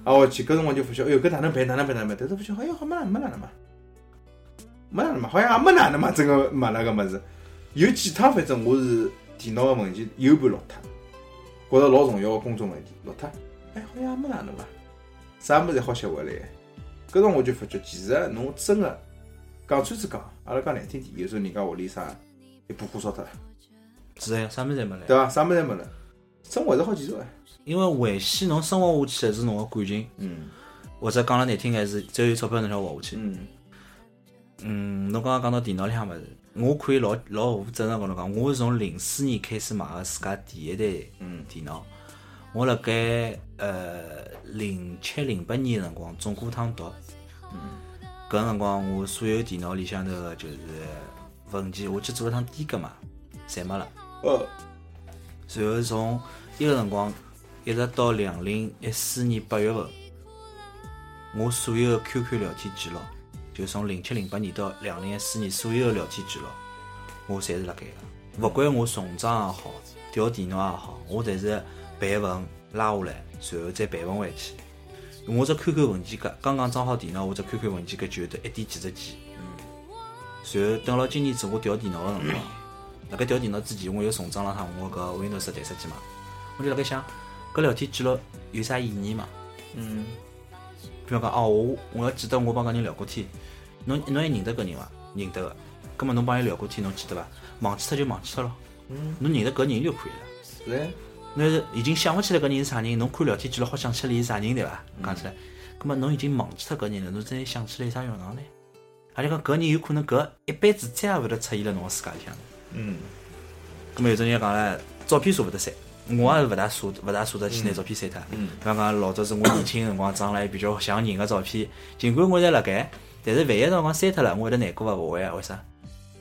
啊，我去，搿辰光就发觉，哎哟，搿哪能办？哪能办？哪能办？但是发觉，哎哟，好没哪能没哪能嘛，没哪能嘛，好像也没哪能嘛，真个没那个物事。有几趟反正我是电脑个文件有半落脱，觉着老重要个工作文件落脱，哎，好像也没哪能嘛，啥物事好写回来的。搿辰光我就发觉，其实啊侬真个讲穿是讲，阿拉讲难听点，有时候人家屋里啥一把火烧脱了，
是啊的呀，啥物事也没来
对。伐？啥物事也没了，生活还是好继续个。
因为维系侬生活下去的是侬个感情，
嗯
或者讲了难听眼是，只有钞票侬才活下去。
嗯，
嗯，侬刚刚讲到电脑里向物事，我可以老老负责任跟侬讲，我是从零四年开始买个自家第一台
嗯
电脑。我辣盖呃零七零八年个辰光中过趟毒，搿辰光我所有电脑里向头个就是文件，我去做了趟低格嘛，侪没了。
呃，
然后从伊个辰光一直到两零一四年八月份，我所有的 QQ 聊天记录，就从零七零八年到两零一四年所有的聊天记录，我侪是辣盖个。勿管我重装也好，调电脑也好，我侪是备份拉下来，然后再备份回去。我只 QQ 文件夹刚刚装好电脑，我只 QQ 文件夹就有得一点几十 G。然后等到今年子我调电脑个辰光，辣盖调电脑之前，我又重装了趟我搿 Windows 十台设计嘛，我就辣盖想，搿聊天记录有啥意义嘛？嗯，比方讲哦，我我要记得我帮搿人聊过天，侬侬还认得搿人伐？认得个，葛末侬帮伊聊过天，侬记得伐？忘记脱就忘记脱咯，侬认得搿人就可以了。
是哎，
那已经想勿起来搿人是啥人，侬看聊天记录好想起来是啥人对伐？讲起来，葛末侬已经忘记脱搿人了，侬再想起来有啥用场呢？也就讲搿人有可能搿一辈子再也勿会得出现辣侬个世界里向了。
嗯，
葛末有种人讲唻，照片舍勿得删，我也是勿大舍勿大舍得去拿照片删脱。刚刚老早子我年轻个辰光长了比较像人个照片，尽管我侪辣盖，但是万一辰光删脱了，我会得难过伐？勿会啊？为啥？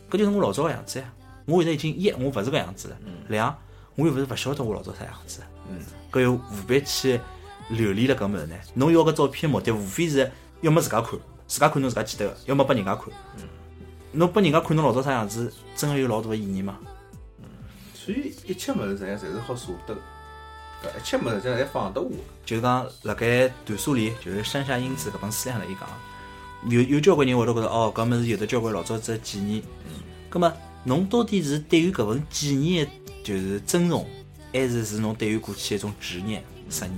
搿就是我老早个样子呀！我现在已经一，我勿是搿样子了；两，我又勿是勿晓得我老早啥样子。嗯，搿又何必去留恋了搿物事呢？侬要搿照片目的，无非是要么自家看，自家看侬自家记得个；要么拨人家看。侬拨人家看侬老早啥样子，真个有老大个意义吗？
所以一切物事实际上侪是好舍得的，搿一切物事实际上侪放得下的。
就是讲辣盖段数里，就是《山下英子》搿本书里向来伊讲，有有交关人会得觉着哦，搿物事有得交关老早子的纪念。葛末侬到底是对于搿份纪念的就是尊重，还是是侬对于过去的一种执念、执念？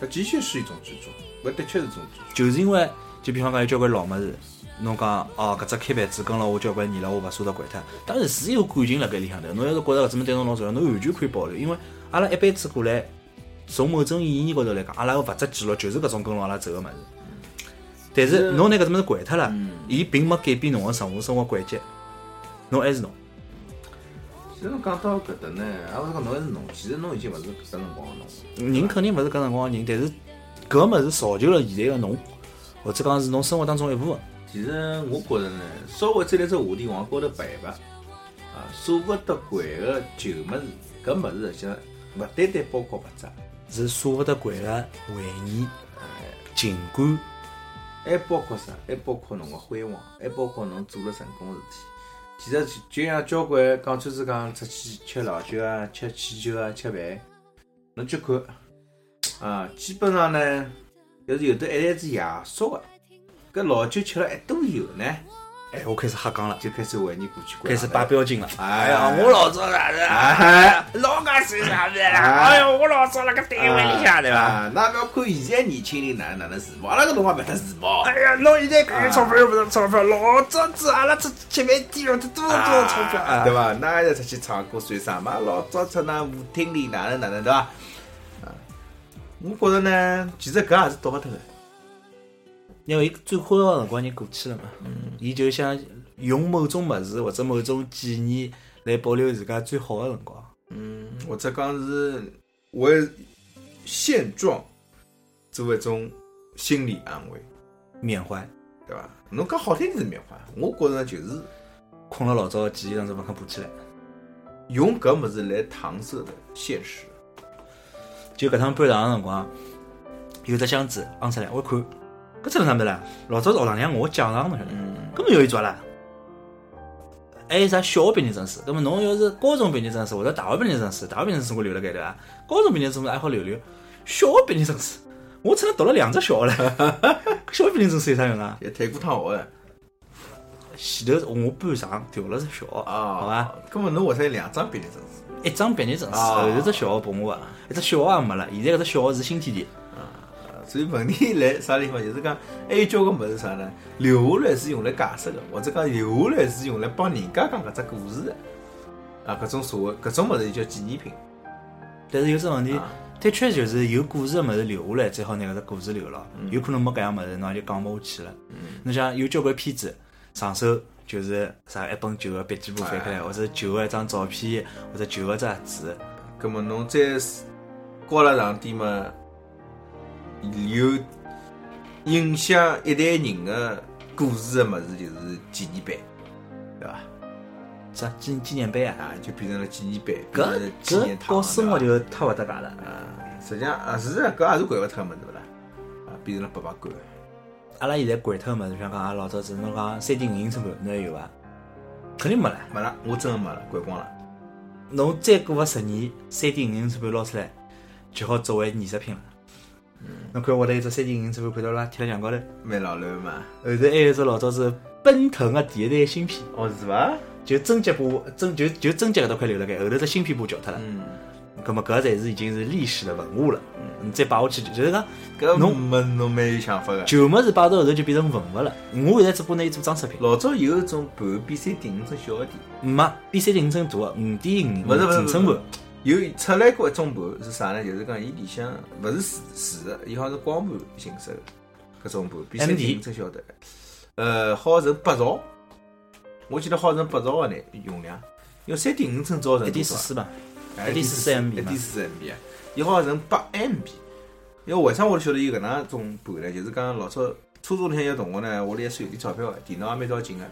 它的确是一种执着，搿的确是一种执着。
就是因为就比方讲有交关老物事，侬讲哦，搿只开盘子跟了我交关年了，我勿舍得掼脱。当然是有感情辣盖里向头，侬要是觉着搿只物事对侬老重要，侬完全可以保留，因为阿拉一辈子过来，从某种意义高头来讲，阿拉个物质记录就是搿种跟牢阿拉走个物事。但是侬拿搿只物事掼脱了，伊并没改变侬个生活生活轨迹，侬还是侬。
其实侬讲到搿搭呢，也勿是讲侬还是侬，其实侬已经勿是搿只辰光的侬。
人肯定勿是搿辰光个人，但是搿物事造就了现在个侬，或者讲是侬生活当中一部分。
其实我觉着呢，稍微再拿只话题往高头摆一摆，啊，舍勿得掼个旧物事，搿物事实际上勿单单包括物质，
是舍勿得掼个回忆，哎情感，
还包括啥？还包括侬个辉煌，还包括侬做了成功个事体。其实就像交关讲穿是讲出去吃老酒啊、吃喜酒啊、吃饭，侬去看，啊，基本上呢，要是有的一台子夜宵个，啊搿老酒吃了一多以后呢，
哎，我开始瞎讲了，
就开始回忆过去，
开始摆标准了。
哎
呀，我老早哪能，
哎，
啊老噶算啥子？
哎
哎哟，我老早辣搿单位里向对伐？
啊，那不要看现在年轻人哪能哪能自暴，阿拉搿辰光没得自暴。
哎呀，侬现在搿眼钞票又勿是钞票，老早子啊阿拉出去吃饭店用得多多少钞票
啊，对伐？那还要出去唱歌算啥嘛？老早出那舞厅里哪能哪能，对伐？啊，我觉着呢，其实搿也是逃勿脱的。
因为伊最辉煌的辰光已经过去了嘛，
嗯
伊就想用某种物事或者某种纪念来保留自家最好的辰光。
嗯
或者讲是为现状做一种心理安慰，
缅怀，
对伐？侬讲好听点是缅怀，我觉着就是
困了老早的记忆当中勿肯爬起来。
用搿物事来搪塞的现实。
就搿趟搬堂个辰光，有只箱子昂出来，我一看，搿只是啥物事啦？老早是学堂里向我奖状侬晓得伐？
嗯，
根本有一抓啦。还有啥小学毕业证书？那么侬要是高中毕业证书或者大学毕业证书，大学毕业证书我留辣盖对伐？啊高中毕业证书还好留留，小学毕业证书我真的读了两只小学了。搿 小学毕业证书有啥用啊？
也退过趟学的
前头我搬上调了只小学，
啊，
好伐？？
根本侬为啥有两张毕业证书？
一张毕业证书，
啊
后头只小学拨我个，啊一只小学也没了。现在搿只小学是新天地，
啊所以问题来啥地方？就是讲还有交关物事啥呢？留下来是用来解释的，或者讲留下来是用来帮人家讲搿只故事的。啊，搿种所谓搿种物事就叫纪念品。
但是有只问题
啊，
的确就是有故事个物事留下来，最好拿搿只故事留牢。
嗯
有可能没搿样物事，侬也就讲勿下去了。侬像有交关片子，上手就是啥一本旧个笔记簿翻开
哎
来，或者旧个一张照片，或者旧个只盒子，
葛么侬再高了上点嘛，有影响一代人的故事的物事就是纪念版，对伐？
啥纪纪念碑啊。
啊，就变成了纪念版，变成
搿
了纪念堂，
搿
啊
搞生活
对
就太勿搭界了
伐。啊，实际上啊，是啊，搿也是掼勿脱个物事勿啦？啊，变成了八八馆。
阿拉现在掼脱个物事，像讲阿拉老早子侬讲三点五英寸盘，侬还有伐？肯定没了。
没了，我真的没了，掼光了。
侬再过个十年，三点五英寸盘捞出来，就好作为艺术品了。
嗯
侬看我来一只三点五英寸盘掼到啦，贴辣墙高头，
蛮老卵嘛，
后头还有一只老早子奔腾啊个第一代芯片，
哦是伐？
就针脚部针就就针脚搿搭块留辣盖，后头只芯片部叫脱了。
嗯，
葛末搿才是已经是历史的文物了。你再摆下去，就是讲
搿
侬
么侬蛮有想法个。
旧物事摆到后头就变成文物了。我现在只不过拿伊做装饰品，
老早有一种盘比三点五寸小的店，
没比三点五寸大个，五点五
勿是勿是
五寸
勿
半
是，有出来过一种盘是啥呢？就是讲伊里向勿是竖竖的，伊好像是光盘形式的搿种盘，比
MD
三体才晓得。呃，好成八兆，我记得好成八兆个呢容量，因为三点五寸造成
一点
多
四
少？啊
四吧，
哎
1.44 MB
一
嘛
点四 MB 啊，伊好像八 MB。因为为啥我就晓得有搿能样种盘呢？就是讲老早初中里向有同学呢，屋里还算有点钞票个，电脑也蛮早进个，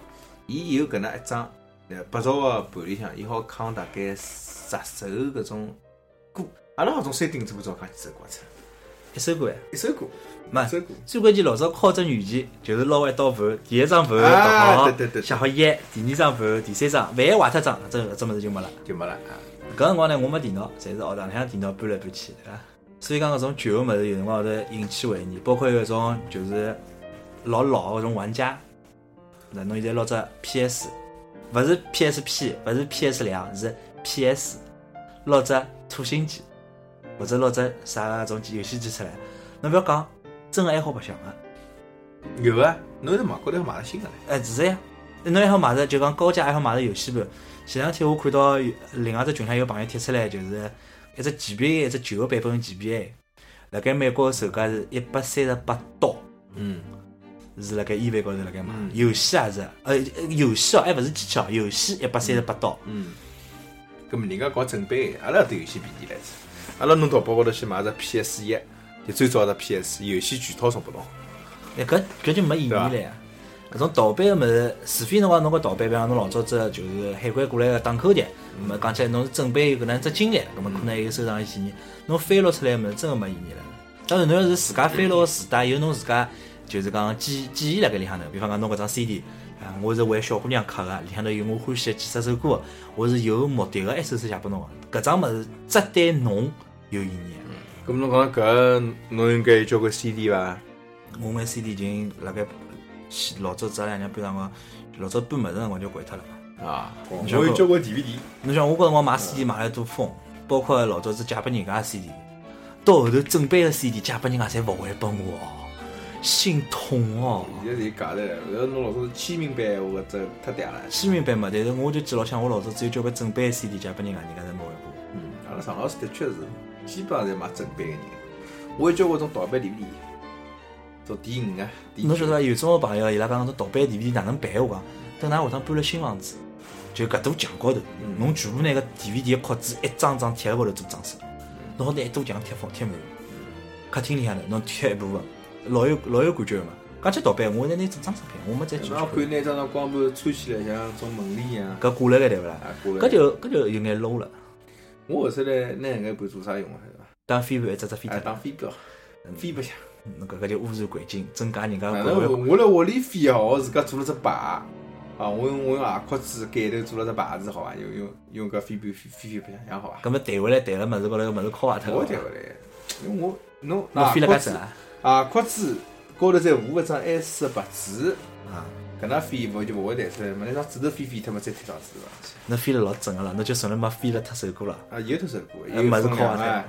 伊有搿能一张，呃，八兆个盘里向，伊好扛大概十首搿种歌，阿拉搿种山顶做不着扛几首歌出，
一首歌哎。
一首歌，
嘛
一首歌，
最关键老早敲只软件，就是捞一道盘，第一张盘
啊
读好
对对对，对
写好一，第二张盘，第三张，万一坏脱张，这这物事就没了。
就没了啊。
搿辰光呢，我没电脑，侪是学堂里向电脑搬来搬去，对伐？所以讲搿种旧个物事有辰光会得引起回忆，包括有一种就是老老个种玩家，那侬现在拿只 PS，勿是 PSP，勿是 PS 两，是 PS，拿只土星机，或者拿只啥种游戏机出来，侬勿要讲，真个爱好白相啊个。
有啊，侬是买高头买了新个唻，
哎，是呀，侬还好买着，就讲高价还好买着游戏盘。前两天我看到有另外只群里向有朋友贴出来，就是一只 GBA，一只旧个版本 GBA，辣盖美国售价是一百三十八刀，
嗯，
是辣盖 eBay 高头辣盖买
嗯。
游戏也是，呃，游戏哦，还勿是机器哦，游戏一百三十八刀。
嗯，搿么人家搞正版的，阿拉都游戏便宜来着。阿拉侬淘宝高头去买只 PS 一，就最早只 PS 游戏全套送拨侬。
哎，搿搿就没意义了呀。搿种盗版个物事，除非侬讲侬个盗版，比方侬老早只就是海关过来个档口碟，那么讲起来侬是正版有搿能只经历，那么可能还有收藏一些年，侬翻录出来个物事真个没意义了。当然，侬要是自家翻录个时代，有侬自家就是讲记记忆辣盖里向头，比方讲侬搿张 CD。啊，我是为小姑娘刻个，里向头有我欢喜的几十首歌的，我是有目的个一首首写拨侬个。搿张物事只对侬有意义。
咁侬讲搿侬应该有交关 CD 伐？
我买 CD 已经辣盖前老早子阿拉爷娘搬辰光，老早搬物事辰光就掼脱了。
啊，我
交关
有交关 DVD。
侬像我搿辰光买 CD 买了一多疯，包括老早子借拨人家的 CD，到后头正版的 CD 借拨人家侪勿还拨我哦，心痛哦。
现在是假的，后头侬老早是签名版，我搿只太嗲了。
签名版嘛，但是我就记牢想，我老早子有交关正版的 CD 借拨人家，人家侪没还拨我。
嗯，阿拉上老师的确是基本上侪买正版个人，我有交关种盗版 DVD，从第五啊，第
侬晓得伐？有种个朋友，伊拉讲搿种盗版 DVD 哪能办？我讲，等㑚下趟搬了新房子，就搿堵墙高头，
嗯
侬全部拿搿 DVD 的壳子一张张贴辣高头做装饰，
嗯
侬好拿一堵墙贴封贴满。客厅里向头侬贴一部分，老有老有感觉个嘛。讲起盗版，我现在拿做装饰品，我没再
侬
去
要看那张张光盘穿起来像种门帘一样，
搿挂辣盖对勿啦？
啊，过来。
搿就搿就有眼 low 了，
我后头来拿搿盘做啥用啊？
当飞盘一只只飞
哎，
盘，
当飞镖，飞白相。
嗯搿个就污染环境，增加人家
哪
国
能
外
我我来屋里飞啊，我自家做了只牌啊，我用我用牙壳子盖头做了只牌子，好伐？用用用搿飞盘飞飞飞白相相，好伐？
搿么弹回来弹了物事高头，搿物事敲坏脱
我
了
弹。勿来，因为我侬
侬
牙
飞了
壳
搿只
子
啊？
牙壳子高头再糊一张 S 白纸，
啊。
搿能飞勿就勿会弹出来嘛？那张纸头飞飞脱嘛，再贴上纸伐？
侬飞了老准个了，侬就顺了嘛飞了脱手过了，
啊，有脱手过，
啊
有
物事
风
敲
量
勿
啊，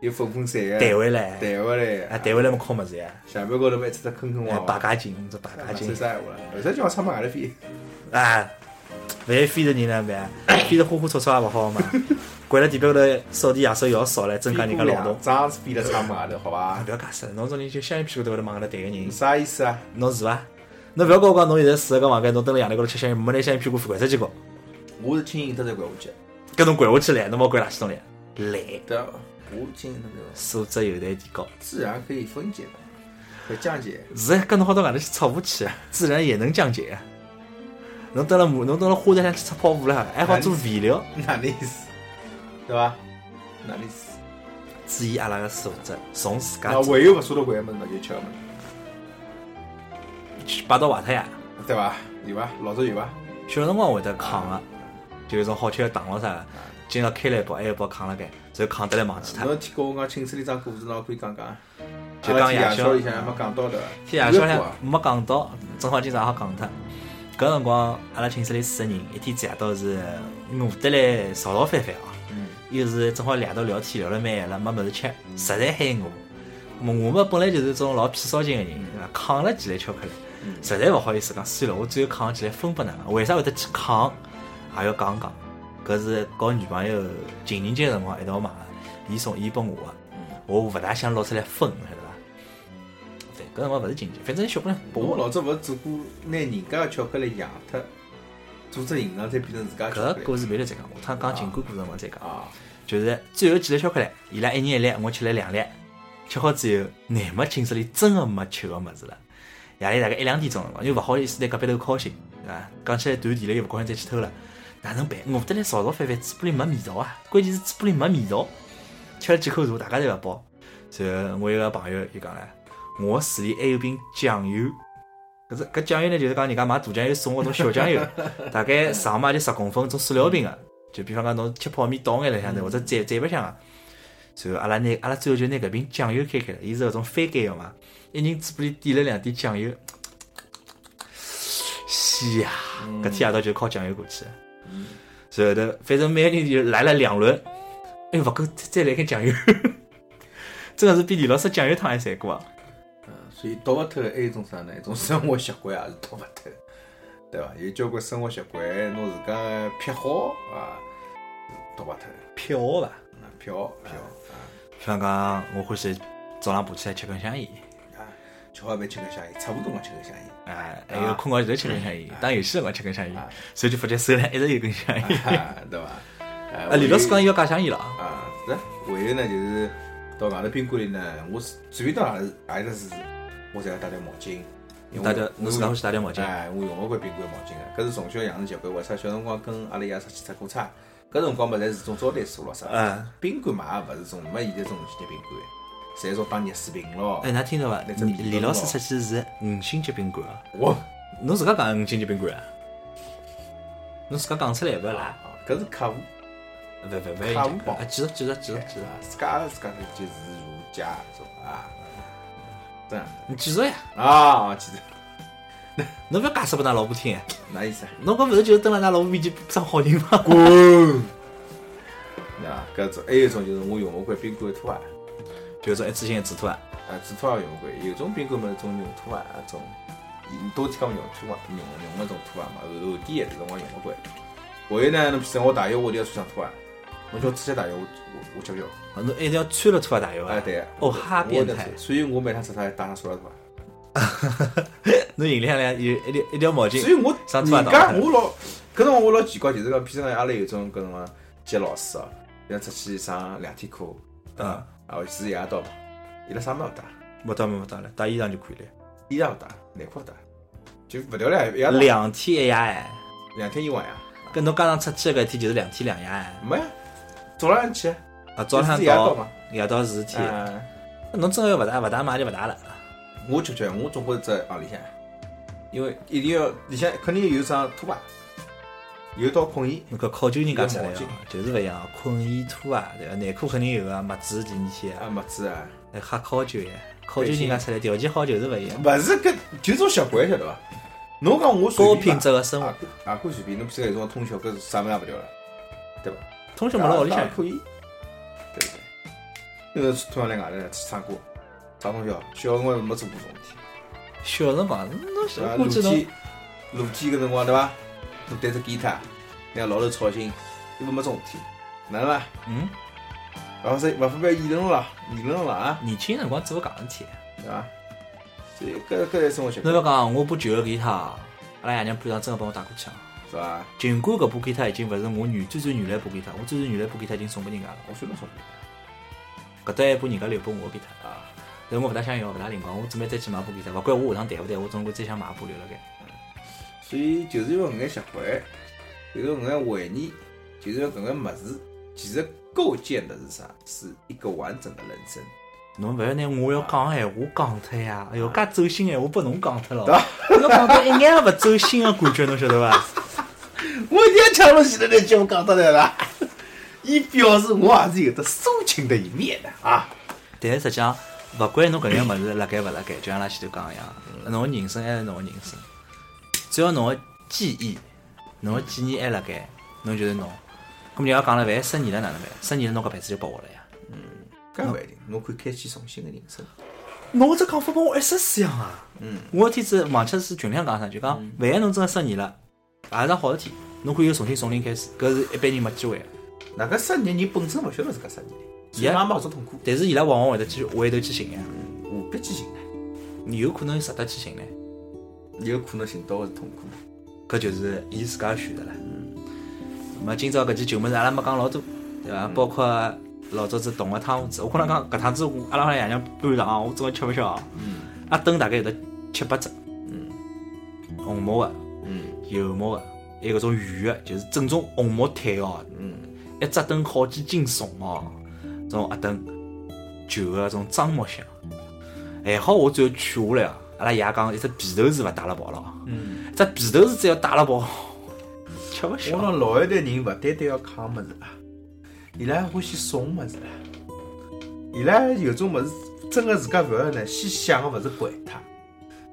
有风风散个，
弹
弹
回来，
回
啊
来，
弹回来嘛敲物事呀，
下面高头嘛一只只坑坑
哎
洼
摆
洼，
家镜，这摆家
算
镜
啥闲话了？后头叫我唱往外头飞。
啊，万一飞着人哪能办？飞着花花草草也勿好嘛，掼了地板高头扫地也扫也要扫来增加人家劳动。
张是飞了窗门外头，好
啊，
伐？
勿要介死，侬种人就香烟屁股头高头往高头弹个人，
啥意思啊？
侬是伐？侬勿要跟我讲侬现在住个房间，侬蹲辣阳台高头吃香烟，没拿香烟屁股掼出去过，
我是轻盈得才掼下去，
搿侬掼下去来，侬勿掼垃圾桶里，懒，
对伐？我轻盈得才
素质有待提高。
自然可以分解的，和降解。
是啊，搿侬好到外头去擦雾去，自然也能降解啊。侬蹲辣马，侬蹲辣花坛上去擦泡芙了，还好做肥料。
哪能意思？对伐？哪能意思？
注意阿拉个素质，从自家
那
做
唯有勿舍得掼的物事，那就吃个物事，
去摆到坏脱呀。
对伐？有伐？老早有伐？
小辰光会得扛个，就有种好吃个糖咯啥个，今朝开了一包，还有一包扛辣盖，就扛得来忘记脱。
侬听过我讲寝室里桩故事，侬可以讲讲。
就讲
夜
夜
宵
宵
里向还没讲到的。
天夜宵
有
呢
过啊
没讲到，正好今朝也好讲脱。搿辰光阿拉寝室里四个人，一天子夜到是饿得来吵吵翻翻啊。
嗯
又是正好夜到聊天聊了蛮晚了，没物事吃，实在喊饿。么我们本来就是种老皮烧劲个人，对伐扛了几粒巧克力，实在勿好意思讲，算了，我最后扛了几粒分拨㑚。为啥会得去扛？也要讲讲。搿是和女朋友情人节辰光一道买的，伊送伊拨我的，我勿大想拿出来分，晓得伐？对，搿辰光勿是情人节，反正小姑娘拨
我
我
老早勿是做过拿人家的巧克力养脱，做只形状再变成自家巧克
搿
力。
故事别头再讲，我趟讲情感故事辰光再讲。
啊，
就是最后几粒巧克力，伊拉一人一粒，我吃了两粒。吃好之后，乃末寝室里真的没吃个物事了。夜里大概一两点钟辰光，又勿好意思在隔壁头敲醒，对伐？讲起来断电了，又勿高兴再去偷了，哪能办？我得来找找翻翻，嘴巴里没味道啊！关键是嘴巴里没味道。吃了几口茶，大家侪勿饱。然后我一个朋友伊讲唻，我水里还有瓶酱油。搿只搿酱油呢，就是讲人家买大酱油送我种小酱油，大概长嘛就十公分，种塑料瓶个、就比方讲侬吃泡面倒眼辣向头，或者蘸蘸白相啊。然后阿拉拿阿拉最后就拿搿瓶酱油开开了，伊是搿种翻盖个嘛，一人嘴巴里点了两滴酱油，鲜呀！
嗯
搿天啊夜到就靠酱油过去了。然后头反正每个人就来了两轮，哎呦勿够，再再来根酱油， 真个是比李老师酱油汤还残酷啊！
呃所以倒勿脱还有一种啥呢？一种生活习惯也是倒勿脱，对伐？有交关生活习惯，侬自家癖好啊，倒勿脱。
票伐？
嗯票票啊，
比方讲，我欢喜早浪爬起来吃根香烟，
吃好饭吃根香烟，差不多我吃根香烟。
啊，还有困觉前头吃根香烟，打游戏辰光吃根香烟，
啊
所以就发觉手上一直有根香烟。
啊 对伐？啊
啊，李老师讲
有
要戒香烟了啊，
啊，是啊。还有呢，就是到外头宾馆里呢，我是随便到哪里哪一只是，我侪要带条毛巾。因为我
大家侬自家
我
欢喜戴条毛巾，
哎，我用勿惯宾馆毛巾个，搿是从小养成习惯。为啥小辰光跟阿拉爷出去出过差？搿辰光嘛，侪是种招待所咯啥。
嗯，
宾馆嘛也勿是种，没现在种五星级宾馆，侪种当热水瓶咯
哎，。㑚听到伐？
那只
李
米
李
糕
老师出去是五星级宾馆啊，
我
侬自家讲五星级宾馆啊？侬自家讲出来勿要赖，
啊搿是客户，
勿勿勿
卡
要
五
紧
宝
啊，继续继续继续继
是，
续
啊，自家自家就是如家种啊，这样
你继续呀，
啊，其实
侬勿要解释拨㑚老婆听哎，
哪意思啊？
侬搿勿是就是蹲辣㑚老婆面前装好人吗？
滚！啊，搿种还有一种就是我用勿惯宾馆的拖鞋，
就是种一次性的纸拖啊，
啊，纸拖鞋用勿惯，有种宾馆嘛是种绒拖鞋，种冬天嘛用拖鞋，绒绒那种拖鞋嘛，后后天也是我用勿惯。还有呢，侬譬如说我大学我一定要穿上拖鞋，侬叫我直接大学我我我吃不消。
啊侬一定要穿了拖鞋大哟
哎，对啊，
哦哈
我
变
我得
态
穿所以我每趟出差带上塑料拖鞋。
侬银两两有一条一条毛巾，
所以我
上
人
啊次也
家
倒
我老，搿辰光我老奇怪，就是讲，譬如讲阿拉有种搿辰光接老师哦，要出去上两天课，
嗯
啊，或者是夜到嘛，伊拉啥物事勿带，
没带没没带了，带衣裳就可以了。
衣裳勿带，内裤勿带，就勿调了，夜到
两天一夜哎，
两天一晚呀，
跟侬加上出去搿天就是两天两夜哎。
没呀，啊早浪向去，
啊，早
就
上
是夜到
到
嘛，
夜到是天，
啊，
侬真个要勿带勿带嘛也就勿带了。
我吃吃，我总归在行里向，啊因为一定要里向肯定有双拖鞋，有一道困衣，
那个考究人家啥
有毛
样，就是勿一样，困衣拖啊，对伐？内裤肯定有啊，袜子第二天
啊
啊，
么子啊，
还瞎考究呀，考究人家出来条件好就是勿一样，
勿是搿就种习惯晓得伐？侬讲我随
高
便吧
品质个生活
啊，，也可以随便，侬譬如讲有辰光通宵，搿是啥物事也勿调了，对伐？
通宵没辣屋里
也
向。
可以，对不对？那个突然来外头去唱歌，唱通宵，小辰光没做过这种事体，
小辰光，侬
对伐？
小
啊露
估计侬
天，露天搿辰光对伐？侬弹只吉他，人家老头操心，因为没这种事体，哪能啦？
嗯，
老师勿发表议论了，议论了啊，
年轻辰光做勿搿事体。
对伐？所以搿搿才生活习惯
侬勿要讲，我把旧个吉他，阿拉爷娘半场真个帮我带过去啊。
是伐？
尽管搿把吉他已经勿是我原最最原来把吉他，我最最原来把吉他已经送拨人家了。
我算侬说
搿搭一把人家留拨我的吉他，
啊，
但我勿大想哦要，勿大灵光，我准备再去买把吉他，勿管我下趟弹勿弹，我总归再想买一把留辣盖。
所以就是要搿眼习惯，就是搿眼怀念，就是要搿眼物事。其实构建的是啥？是一个完整的人生，
侬勿要拿我要讲个闲话讲脱呀！哎哟，
啊
介走心个闲话拨侬讲脱了
对，
侬讲脱一眼也勿走心个感觉，侬晓得伐？
我一定要抢了现在的节目讲到来 了，以表示我还是有的抒情的一面的啊。
但是实际上，勿管侬搿眼物事辣盖勿辣盖，就像阿拉前头讲一样，侬个人生还是侬个人生，只要侬个记忆、侬个纪念还辣盖，侬就是侬。咁人家讲了，万一失业了哪能办？失业了侬搿辈子就白活了呀！
搿勿一定，侬可以开启重新的人生。
侬这讲法帮我一式四样啊！
嗯，
啊我那天子忘记是群里向讲啥，就讲万一侬真个失业了，也是桩好事体，侬可以从新从零开始，搿是一般人没机会的。
那个失业人本身勿晓得自家失业，所以
也
也没搿种痛苦，
但是伊拉往往会得去回头去寻呀，
何必去寻呢？
你有可能舍得去寻呢，
有可能寻到个是痛苦。
搿就是伊自家选择了。那么今朝搿期旧物事阿拉没讲老多，对
嗯
伐？包括老早子冻个汤子，我跟侬讲搿趟子我阿拉爷娘搬上，我真个吃勿消，
嗯
阿顿大概有得七八只
嗯
红毛个、
嗯
油毛个，还有搿种鱼个，就是正宗红毛腿哦，
嗯，
一只灯好几斤重哦，种阿灯旧个种樟木箱，还好我最后取下来啊。阿拉爷讲，一只皮头是勿带了跑了，
嗯，
一只皮头是只要带了跑， 吃勿
我
消。
讲老一代人勿单单要扛物事啊，伊拉欢喜送物事啊，伊拉有种物事真个自家勿要呢，先想个勿是掼脱，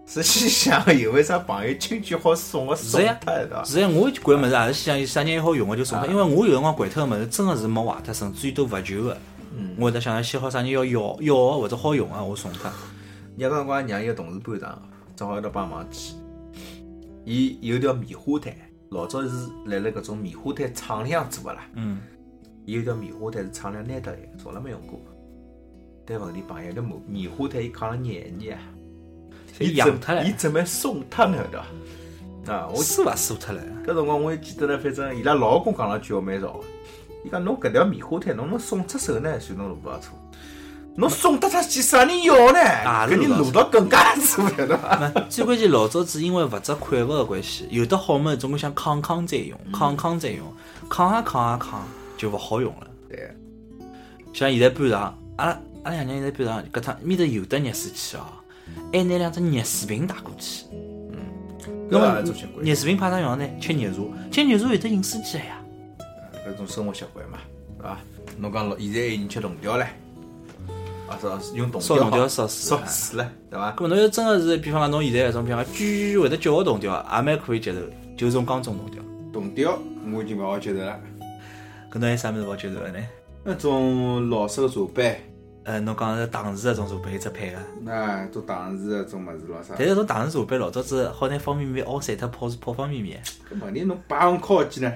是先想个有没啥朋友亲戚好送个送
是呀
脱，对伐？
是呀，我掼物事啊也是想啥人好用个就送脱，因为我有辰光掼脱个物事真个是没坏脱，甚至于都勿旧个。我会得想着先好啥人要要要个或者好用啊个，我送脱。
人家辰光让一个同事搬场，正好一道帮忙去。伊有条棉花炭，老早是辣辣搿种棉花炭厂里向做个啦。
嗯，
伊有条棉花炭是厂里向拿得来，从来没用过。但问题朋友，那棉棉花炭伊扛了廿年啊，
伊
准
养脱了
伊，准备送脱呢，对伐？啊，我搿
输勿输脱了？
辰光我还记得了，反正伊拉老公讲了句话蛮绕的，伊讲侬搿条棉花炭侬能送出手呢，算侬萝卜错。侬送得出去，啥人要呢？
啊
搿人
是的
路到更加错了，对伐？
那最关键老早子因为物质匮乏的关系，有的好么总归想扛扛再用，扛扛再用，扛啊扛啊扛就勿好用了。
对，
像现在搬场，阿拉阿拉爷娘现在搬场，搿趟面头有得热水器哦，还拿两只热水瓶带过去。
搿
那么
也是种习惯，
热水瓶派啥用呢？吃热茶，吃热茶有得饮水机呀。
搿种生活习惯嘛，对伐？侬讲老现在有人吃铜条唻，啊，烧用铜
烧铜条
条
烧水
烧水了，对伐？
搿么侬要真个是，比方讲侬现在搿种，比方讲居会得叫个铜条，也蛮啊可以接受，就是种钢种铜条。
铜条我已经勿好接受了，
搿侬还有啥物事勿好接受个呢？
那种老式个茶杯，
呃，侬讲是唐氏搿种茶杯一只啊配个。
那做糖水个种物事咯啥
但是从唐氏茶杯老早子好拿方便面熬散脱泡泡方便面，
搿问题侬摆上烤鸡呢？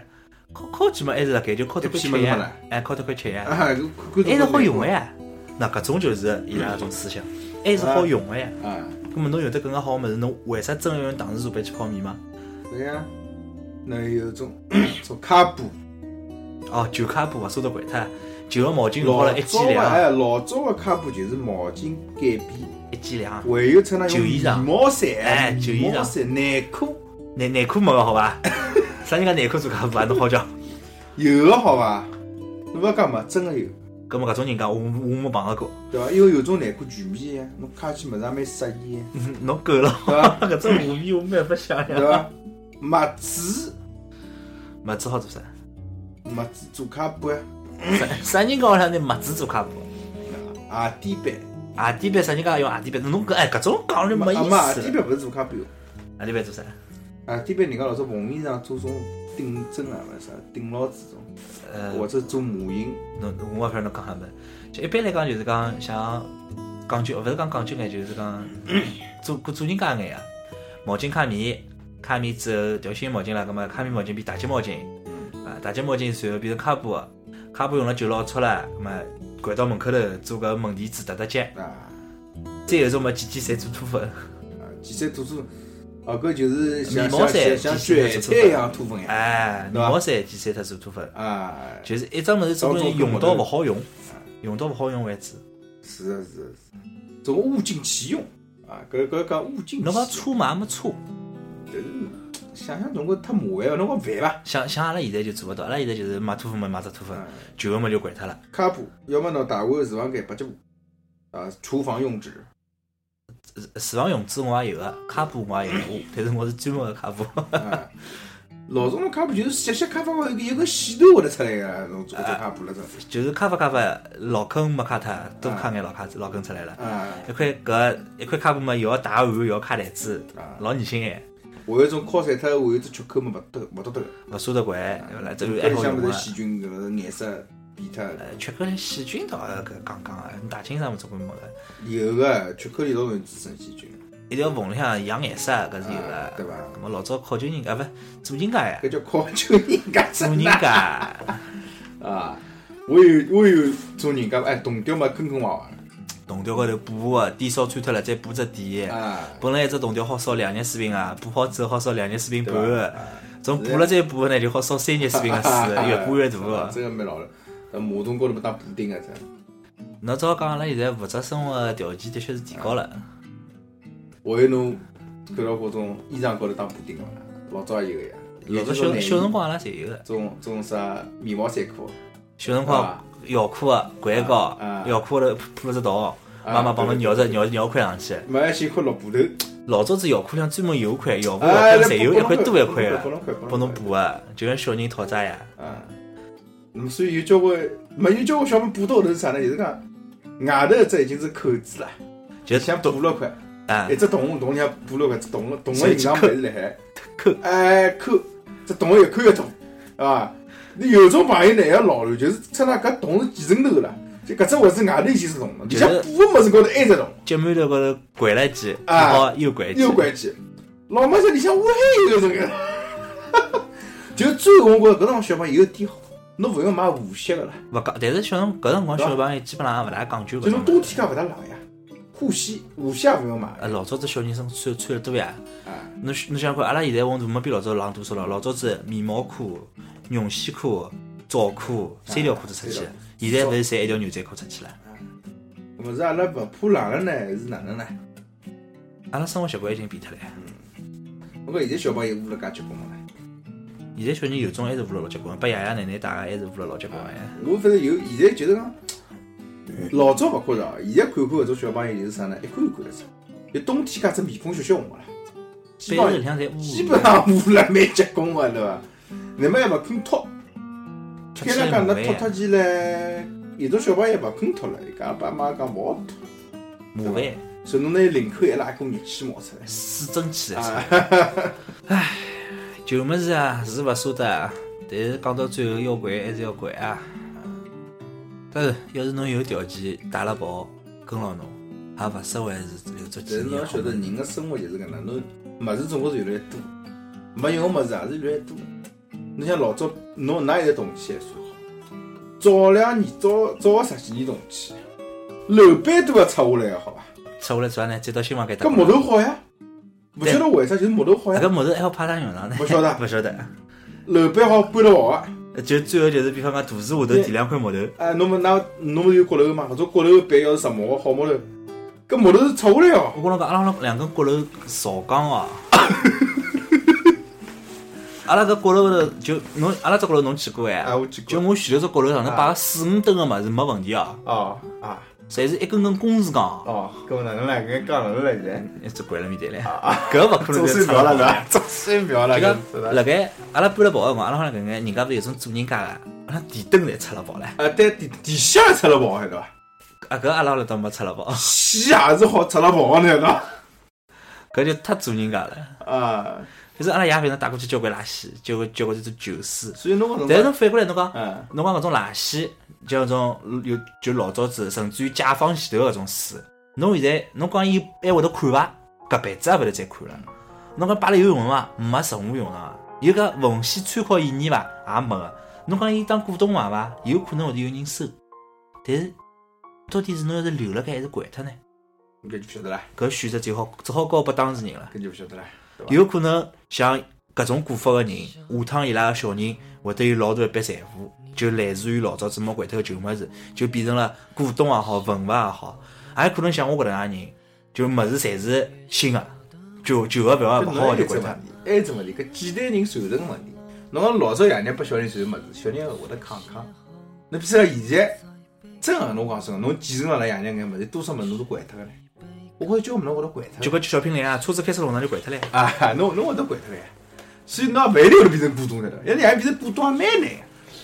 烤烤鸡嘛还是辣盖，就烤脱块
一批
吃
么子
呀
嘛，
哎，烤脱块吃呀，哎
啊，搿
还是好用个。呀。那搿种就是伊拉搿种思想，还是好用个呀。
啊，
葛末侬有得更加好个物事，侬为啥真要用唐氏茶杯去泡面吗？
对呀。那有种 种卡布，
哦，旧卡布啊，收得掼脱，旧个毛巾弄好
老
了一
早
几
个
两，
哎，老早个卡布就是毛巾改变，
一几两，
还有称它用
旧衣裳
棉毛衫，
哎旧衣裳
棉毛衫、内裤，
内内裤没个好伐？ 啥人家内裤做卡布啊？侬好讲。
有个好伐？侬勿要讲嘛，真个有，
葛末搿种人家我我没碰着过，
对伐？因为有种内裤全棉呀，侬揩起物事也蛮适意呀，
侬够了，
对伐？
搿种画面我蛮不想
对
呀。
伐？袜子，
物子好做啥？
袜子做卡布呀，
啥人讲了拿袜子做卡布？
鞋底啊板，
阿迪板啥人家也用阿迪板？侬搿哎搿种讲就没意
啊嘛鞋
思
底
了。
板勿是做卡布用，
阿迪板做啥？
鞋底板人家老早缝衣裳做种顶针啊，勿是啥顶牢子种，
呃，
或者做模型，
侬侬我勿晓得侬讲啥物事。就一般来讲就是讲像讲究，勿是讲讲究眼，就是讲做搿做人家眼啊。毛巾卡棉，卡棉之后调新毛巾了，葛末卡棉毛巾变大结毛巾，啊大结毛巾随后变成卡布，卡布用了久了出来，葛末掼到门口头做个门帘子搭搭脚，
啊，
再有种么几件侪做土粉，
啊，其实做做，哦，搿就是像
棉毛
像像
衫
像
其实
雪
是
菜一样土粉呀，
哎，
对
棉
吧
毛衫几件侪做土粉。
啊，
就是一张物事，总归用到勿好用，用到勿好用为止。
是的是的是的，种物尽其用啊，搿搿讲物尽其用，
侬讲车嘛也没车，
但是想想总归太麻烦了，侬讲烦伐？
像像阿拉现在就做勿到，阿拉现在就是买土粉么买只土
啊
粉，旧个么就掼脱了。
卡布，要么拿大碗厨房间八折布，啊，厨房用纸，
厨房用纸我也有个，卡布我也有个，我但是我是专门个卡布。
啊，老早侬卡布就是斜斜卡发有个有个线头会得出来个，侬做做
哎
卡布了这，
就是卡发卡发老坑没卡脱，多卡眼老卡老坑出来了。
啊，
一块搿一块卡布嘛，又要打碗，又要卡台子
啊，
老恶心眼，
还有种敲散脱，还有只缺口嘛，勿得勿得得，
勿舍得掼，对勿啦？哎这
搿
还
里
好
向
用啊
勿
个
是。细菌搿个颜色变脱，
呃，缺口细啊菌倒搿讲讲个，大清啥么总归没个。
有个缺口里头容易滋生细菌，
一条缝里向养颜色，搿是有
啊
个，
对伐
咁么老早考究人家，啊勿做人家呀
搿，叫考究人家
做人家，
啊！我有我有做人家，哎，铜雕嘛坑坑洼洼
铜条高头补个底烧穿脱了，再补只底。
啊，
本来一只铜条好烧两日水平啊，补好之后好烧两日水平
对吧啊
半，从补了再补呢就好烧三日水平个 水，越补越大
啊
个。
这个蛮老了。呃，马桶高头么当补丁个，啊真的
侬照讲，阿拉现在物质生活条件的确是提高了，
啊我有侬看到过种衣裳高头当补丁个伐？老早也有个呀。
老
有
早小
这种
小辰光阿拉侪有个，
种种啥棉毛衫裤，
小辰光
啊
摇裤个掼高
啊，
摇裤头铺了只道，妈妈帮侬
对
绕着绕绕块上去。
没要先看落布头，
老早子摇裤上专门有块，摇裤摇
哎
裤侪有一块多一块啊
拨
个，
侬看，
帮
拨
侬
看
补个，就像小人讨债呀。
啊，嗯，所以有交关，没有交关小朋友补到头是啥呢？就是讲外头这已经是口子了，
就
想补了块，
啊
一，只洞洞里向补了块，只洞洞
所
个
以
形状
扣
还是辣海，
扣
哎扣，这洞个越扣越大，啊，你有种朋友呢要老卵，就是趁那搿洞是几层头了，就搿只位置外头已经是洞了，里
就是
向补个物事高头还是洞，
脚馒头高头掼了一记，
啊
然后又掼一记，
又关键，老么子里向我还有这个。 就最后我觉着搿种小朋友有一点好，侬勿用买无锡个了。
勿讲，但是小辰搿辰光小朋友基本上也勿大讲究搿
就
种
侬
物事。
多添加勿搭浪呀，护膝护膝也勿用买
呃，老早子小人生穿穿得多呀。
啊，
侬侬想想看，阿拉现在混大没比老早浪多少了。老早子棉毛裤、绒线裤、罩裤三条裤子出去
啊，
现在勿是侪一条牛仔裤出去了。
那么是阿拉勿怕冷了呢，是哪能呢？
阿拉生活习惯已经变脱了呀。
我讲现在小朋友捂了介结棍了。
现在小人有种还是捂了老结棍，拨爷爷奶奶带个还是捂了老结棍个呀。
我反正有，现在就是讲，老早勿觉着，啊现在看看搿种小朋友就是啥呢？一看就看得出，就冬天介只面孔小小红个了，基
背后
本
里
上
向侪捂，
基本上捂了蛮结棍个，对伐？乃末还勿肯脱，
脱
跟
起
拉
来
讲
麻
那
烦
脱脱
呀，
起来，有种小朋友勿肯脱了，伊讲阿爸妈讲勿好脱，
麻烦，
所以侬拿伊领口一拉，一股热气冒出来。
水蒸气来 唉，旧物事啊是勿舍得啊，但是讲到最后要掼还是要掼啊。当然，要是侬有条件，带了跑跟牢侬，也勿失为是留足
但
几
是侬
年
要
好
晓得，
物事。
人的生活就是搿能，侬物事总归是越来越多，没用的物事也是越来越多。侬像老早，侬㑚现在动迁还算好，早两年、早早十几年动迁，楼板都要拆下来个好伐？
拆下来之后呢，再到新房间搭
搿。木头好呀，勿晓得为啥就是木头好
搿
呀，
木头还要派上用场呢？
勿晓 得
勿晓得。
楼板好搬了好啊。
就最后就是，比方讲，大树下头
对
垫两块木头，
哎，侬么㑚侬勿是有角楼嘛？搿种角楼板要是实木个好木头，搿木头是拆下来哦。
我跟侬讲，阿拉两根角楼少讲哦。 阿拉搿角楼头就侬，阿拉只角楼侬去过哎
啊，我去过啊
就我前头只角楼上头摆个四五吨个物事没问题哦，
哦啊
侪是一根根工字哎杠，
哦，搿么哪能唻？搿讲哪能唻？现在
一直掼辣面搭嘞。搿勿可
啊
能
总
再
算
出
不要了，对伐？总算不要了，
就讲
搿是伐
辣盖阿拉搬了跑个辰光，阿拉好像搿眼人家勿是有种做人家个，阿拉电灯侪拆了跑唻。
啊，对，地地下也出了跑，对伐？
啊，搿阿拉辣倒没拆了跑，
西也是好出了跑的，对伐？
搿就太做人家了。
啊，
就是阿拉爷平常带过去交关垃圾，交关交关这种旧水，
所以侬搿
但是
辰
侬反过来侬
光，
讲。
嗯，
侬讲搿种垃圾，就搿种有就老早子，甚至于解放前头搿种书，侬现在侬讲伊还会得看伐？搿辈子也勿会得再看了。侬讲摆了有用伐？没任何用场。有搿文献参考意义伐？也没个。侬讲伊当古董牌伐？有可能会得有人收，但是到底是侬要是留辣盖还是掼脱呢？
搿就不晓得了，
搿选择只好只好交拨当事人了。
搿就不晓得了。
有可能像搿种过法个人，下趟伊拉个小人会得有老大一笔财富，就来自于老早子没掼脱个旧物事，就变成了古董也好，文物也好，也可能像我搿能介人，就物事侪是新个，旧旧个勿要勿
搿
啊
侬还
好个
有
就
只
掼
问
脱。
题，还有只问题，搿几代人传承问题。侬讲老早爷娘拨小人传物事，小人会得抗抗。侬比如说现在，真个侬讲真个，侬继承了拉爷娘眼物事，多少物事侬是掼脱个唻。我觉着交物事侬会得掼脱
就
的。
搿小品类啊，车子开出弄堂就掼脱唻。
啊，侬侬会得掼脱个呀。所以侬也勿一定会得变成古董的了，要是也变成古董也蛮难的。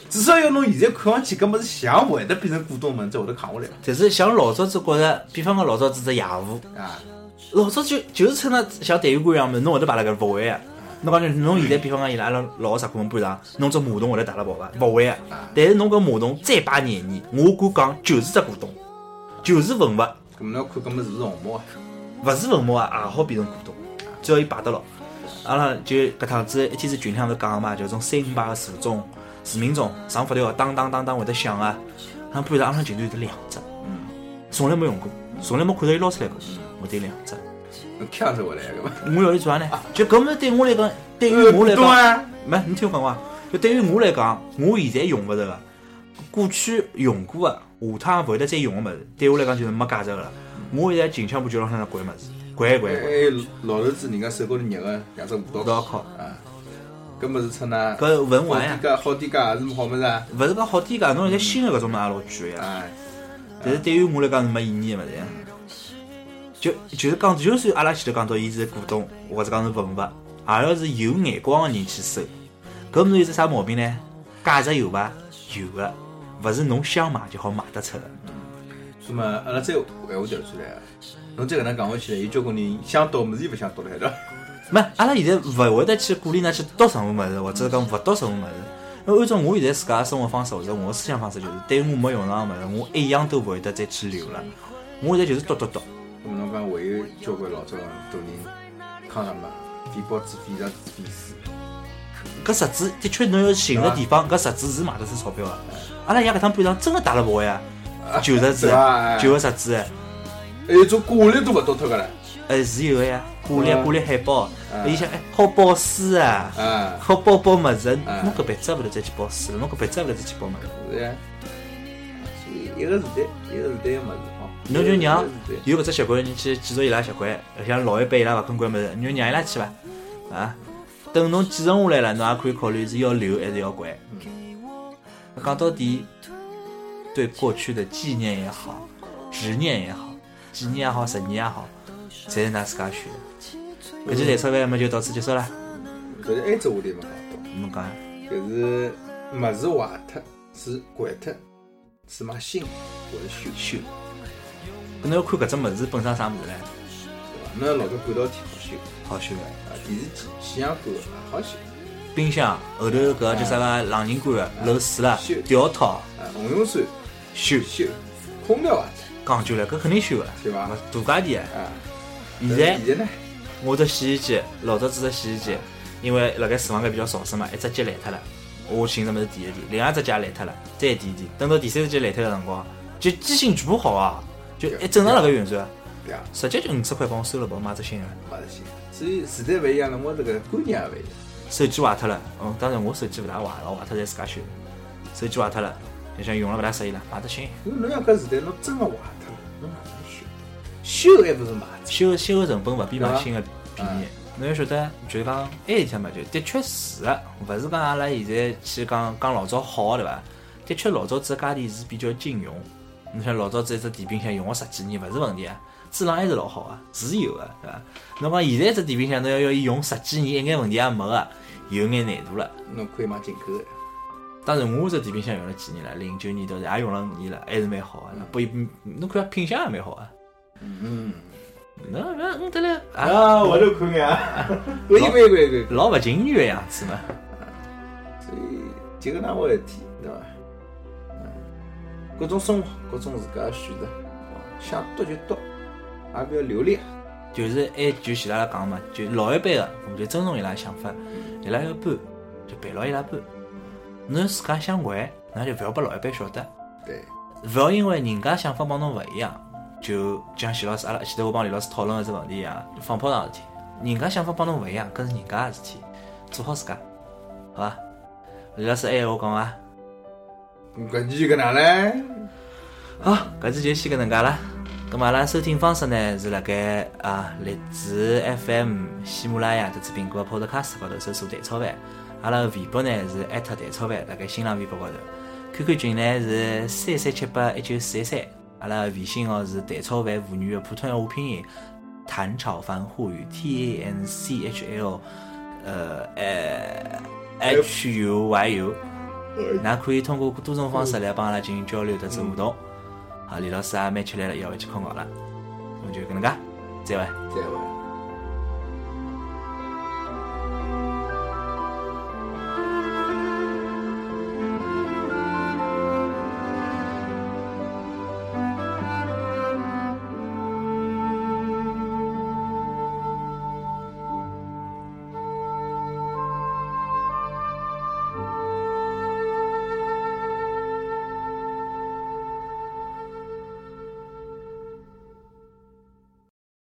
至少要侬现在看上去搿物事像会得变成古董物事，才会得扛下来吧。
但是像老早子觉着，比方讲老早子只夜壶，
啊，
老早就就是趁那像痰盂罐一样物事，侬会得摆辣搿勿会啊。侬讲就侬现在比方讲伊拉阿拉老个十块门半上，侬只马桶会得打了跑伐？勿会啊。但是侬搿马桶再摆廿年，我敢讲就是只古董，就是文物。
咁么侬要看搿么是勿是红毛啊？
勿是文盲啊，也好变成股东，只要伊摆得牢。阿拉就搿趟子一天是群里向头讲个嘛，就是种三五八个市中、市民中上发条当当当当会得响啊，那半夜阿拉群头有得两只，从来没用过，从来没看到伊捞出来过，我得两只。
跳着我来个嘛，
我要伊做啥呢？就搿么对我来讲，对
呃
于我来
懂
讲，
啊，
没你听我讲话，就对于我来讲，我现在用勿着个，过去用啊过个，下趟勿会得再用个物事，对我来讲就是没价值个了。我现在近腔部就让向掼物事，啊掼一掼掼。
哎，老头子人家手高头捏个两只舞
不
蹈
要
裤
靠，
啊，搿么是出呢？
搿文
好
玩啊
低
呀，
价好低价也是好么子啊？
勿是讲好低价，侬现在新的搿种物事也老贵个呀。
哎，
但是对于我来讲是没意义个物事呀。就就是讲，就算阿拉前头讲到伊是股东，或者讲是文物，也要是有眼光个人去收。搿物事有只啥毛病呢？价值有伐？有个，勿是侬想买就好买得出个。
那么阿拉再回下调转来啊，侬再搿能讲下去呢，有交关人想到物事伊勿想到了，对伐？
没，阿拉现在勿会得去鼓励㑚去读什么物事，或者讲勿读什么物事。因为按照我现在自家的生活方式或者我的思想方式，就是对我没用上个物事，我一样都勿会得再去留了。我现在就是读读读，
那么侬讲还有交关老早大人看上嘛，非报纸、非杂志、非书，
搿日子的确侬要寻个地方，搿日子是买得出钞票个。阿拉爷搿趟半趟真个打了跑呀，旧日子
啊对伐，
旧个日子哎，
还有种挂历都勿读脱个了，
呃是有个呀，挂历
嗯
挂历海报，
嗯
伊想哎好包书啊，
啊，
好包包物事，
嗯
侬搿辈子也勿得再去包书了，侬搿辈子也勿得再去包物事。
是呀。所以一个时代，一个时代个物事哦。
侬就让
一个时代
有搿只习惯人去继续伊拉习惯，像老一辈伊拉勿肯关物事，你就让伊拉去伐，啊，等侬继承下来了，侬也可以考虑是要留还是要关。讲到底，对过去的纪念也好，执念也好，几年也好，十年也好，侪是㑚自家选的。搿期谈钞票么就到此结束了，
搿是埃只哎话题没讲到。
侬讲呀，
就是物事坏脱是掼脱，是买新或者修修，
搿侬要看搿只物事本身啥物事唻，
对伐？侬老早管道天好修，
好修个。
啊，电视机显像管也好修，
冰箱后头搿个叫啥个冷凝管漏水了
修，
吊套
啊，红绒扇
修。
修，空调坏脱，
讲究了，搿肯定修个，
对伐？
大家庭。
啊，
现在
现在呢，
我的洗衣机，老早子的洗衣机，因为辣盖厨房间比较潮湿嘛，一只脚烂脱了，我寻什么事垫一垫，另外一只脚烂脱了，再垫一垫，等到第三只脚烂脱个辰光，就机芯全部好啊，就一正常辣盖运转，
对啊伐？
直接就五十块帮我收了，帮我买只新个。
买得新。所以时代勿一样了，我这个观念也勿一样。
手机坏脱了，嗯，当然我手机勿大坏，老坏脱侪自家修的，手机坏脱了，就想用了勿大适意了，买只新的。
因为侬要搿时代，侬真个坏脱了，侬哪能修？修还不是买新？
修修个成本勿比买新个便宜。侬要晓得，就是哎讲埃里向嘛，就的确是个，勿是讲阿拉现在去讲讲老早好对伐？的确老早子个家电是比较经用，侬像老早子一只电冰箱用了十几年勿是问题啊，质量还是老好啊，是有个对伐？侬讲现在只电冰箱侬要要伊用十几年一眼问题也没个，有眼难度了。
侬可以买进口的，
当然，我这电冰箱用了几年了，零九年到现在也用了五年了，还是蛮好
嗯
个、不一，侬看品相也蛮好啊个、
嗯，
侬侬侬得来啊，
啊，我就看眼。
可以可以可以可以。
老勿情愿个样子嘛。
所以就搿能回事体，对伐？嗯，各种生活，各种自家的选择，想读就读，也勿要留恋。
就是还就前头阿拉讲嘛，就老一辈个，我们就尊重伊拉想法，
嗯
伊拉要搬就陪牢伊拉搬。侬自家想还，那就勿要拨老一辈晓得，
对，
勿要因为人家想法帮侬勿一样，就像前老师阿拉前头我帮李老师讨论个只问题一样，放炮仗的事体，人家想法帮侬勿一样，搿是人家个事体，做好自家，好伐？李老师还有闲话讲伐？
搿期就搿能嘞，
好，搿期就先搿能介啦。咁嘛阿拉收听方式呢是辣盖啊荔枝 FM、喜马拉雅，这次苹果 Podcast 高头搜索“蛋炒饭”。阿拉微博呢是艾特蛋炒饭，辣盖新浪微博高头。QQ 群呢是三三七八一九四一三。阿拉微信号是蛋炒饭妇女的普通闲话拼音，谭炒饭沪语 T A N C H L，呃呃 H U Y U。㑚可以通过多种方式来帮阿拉进行交流得做互动。啊好，李老师也蛮吃力了，要回去困觉了。那么就搿能介，再会。
再会。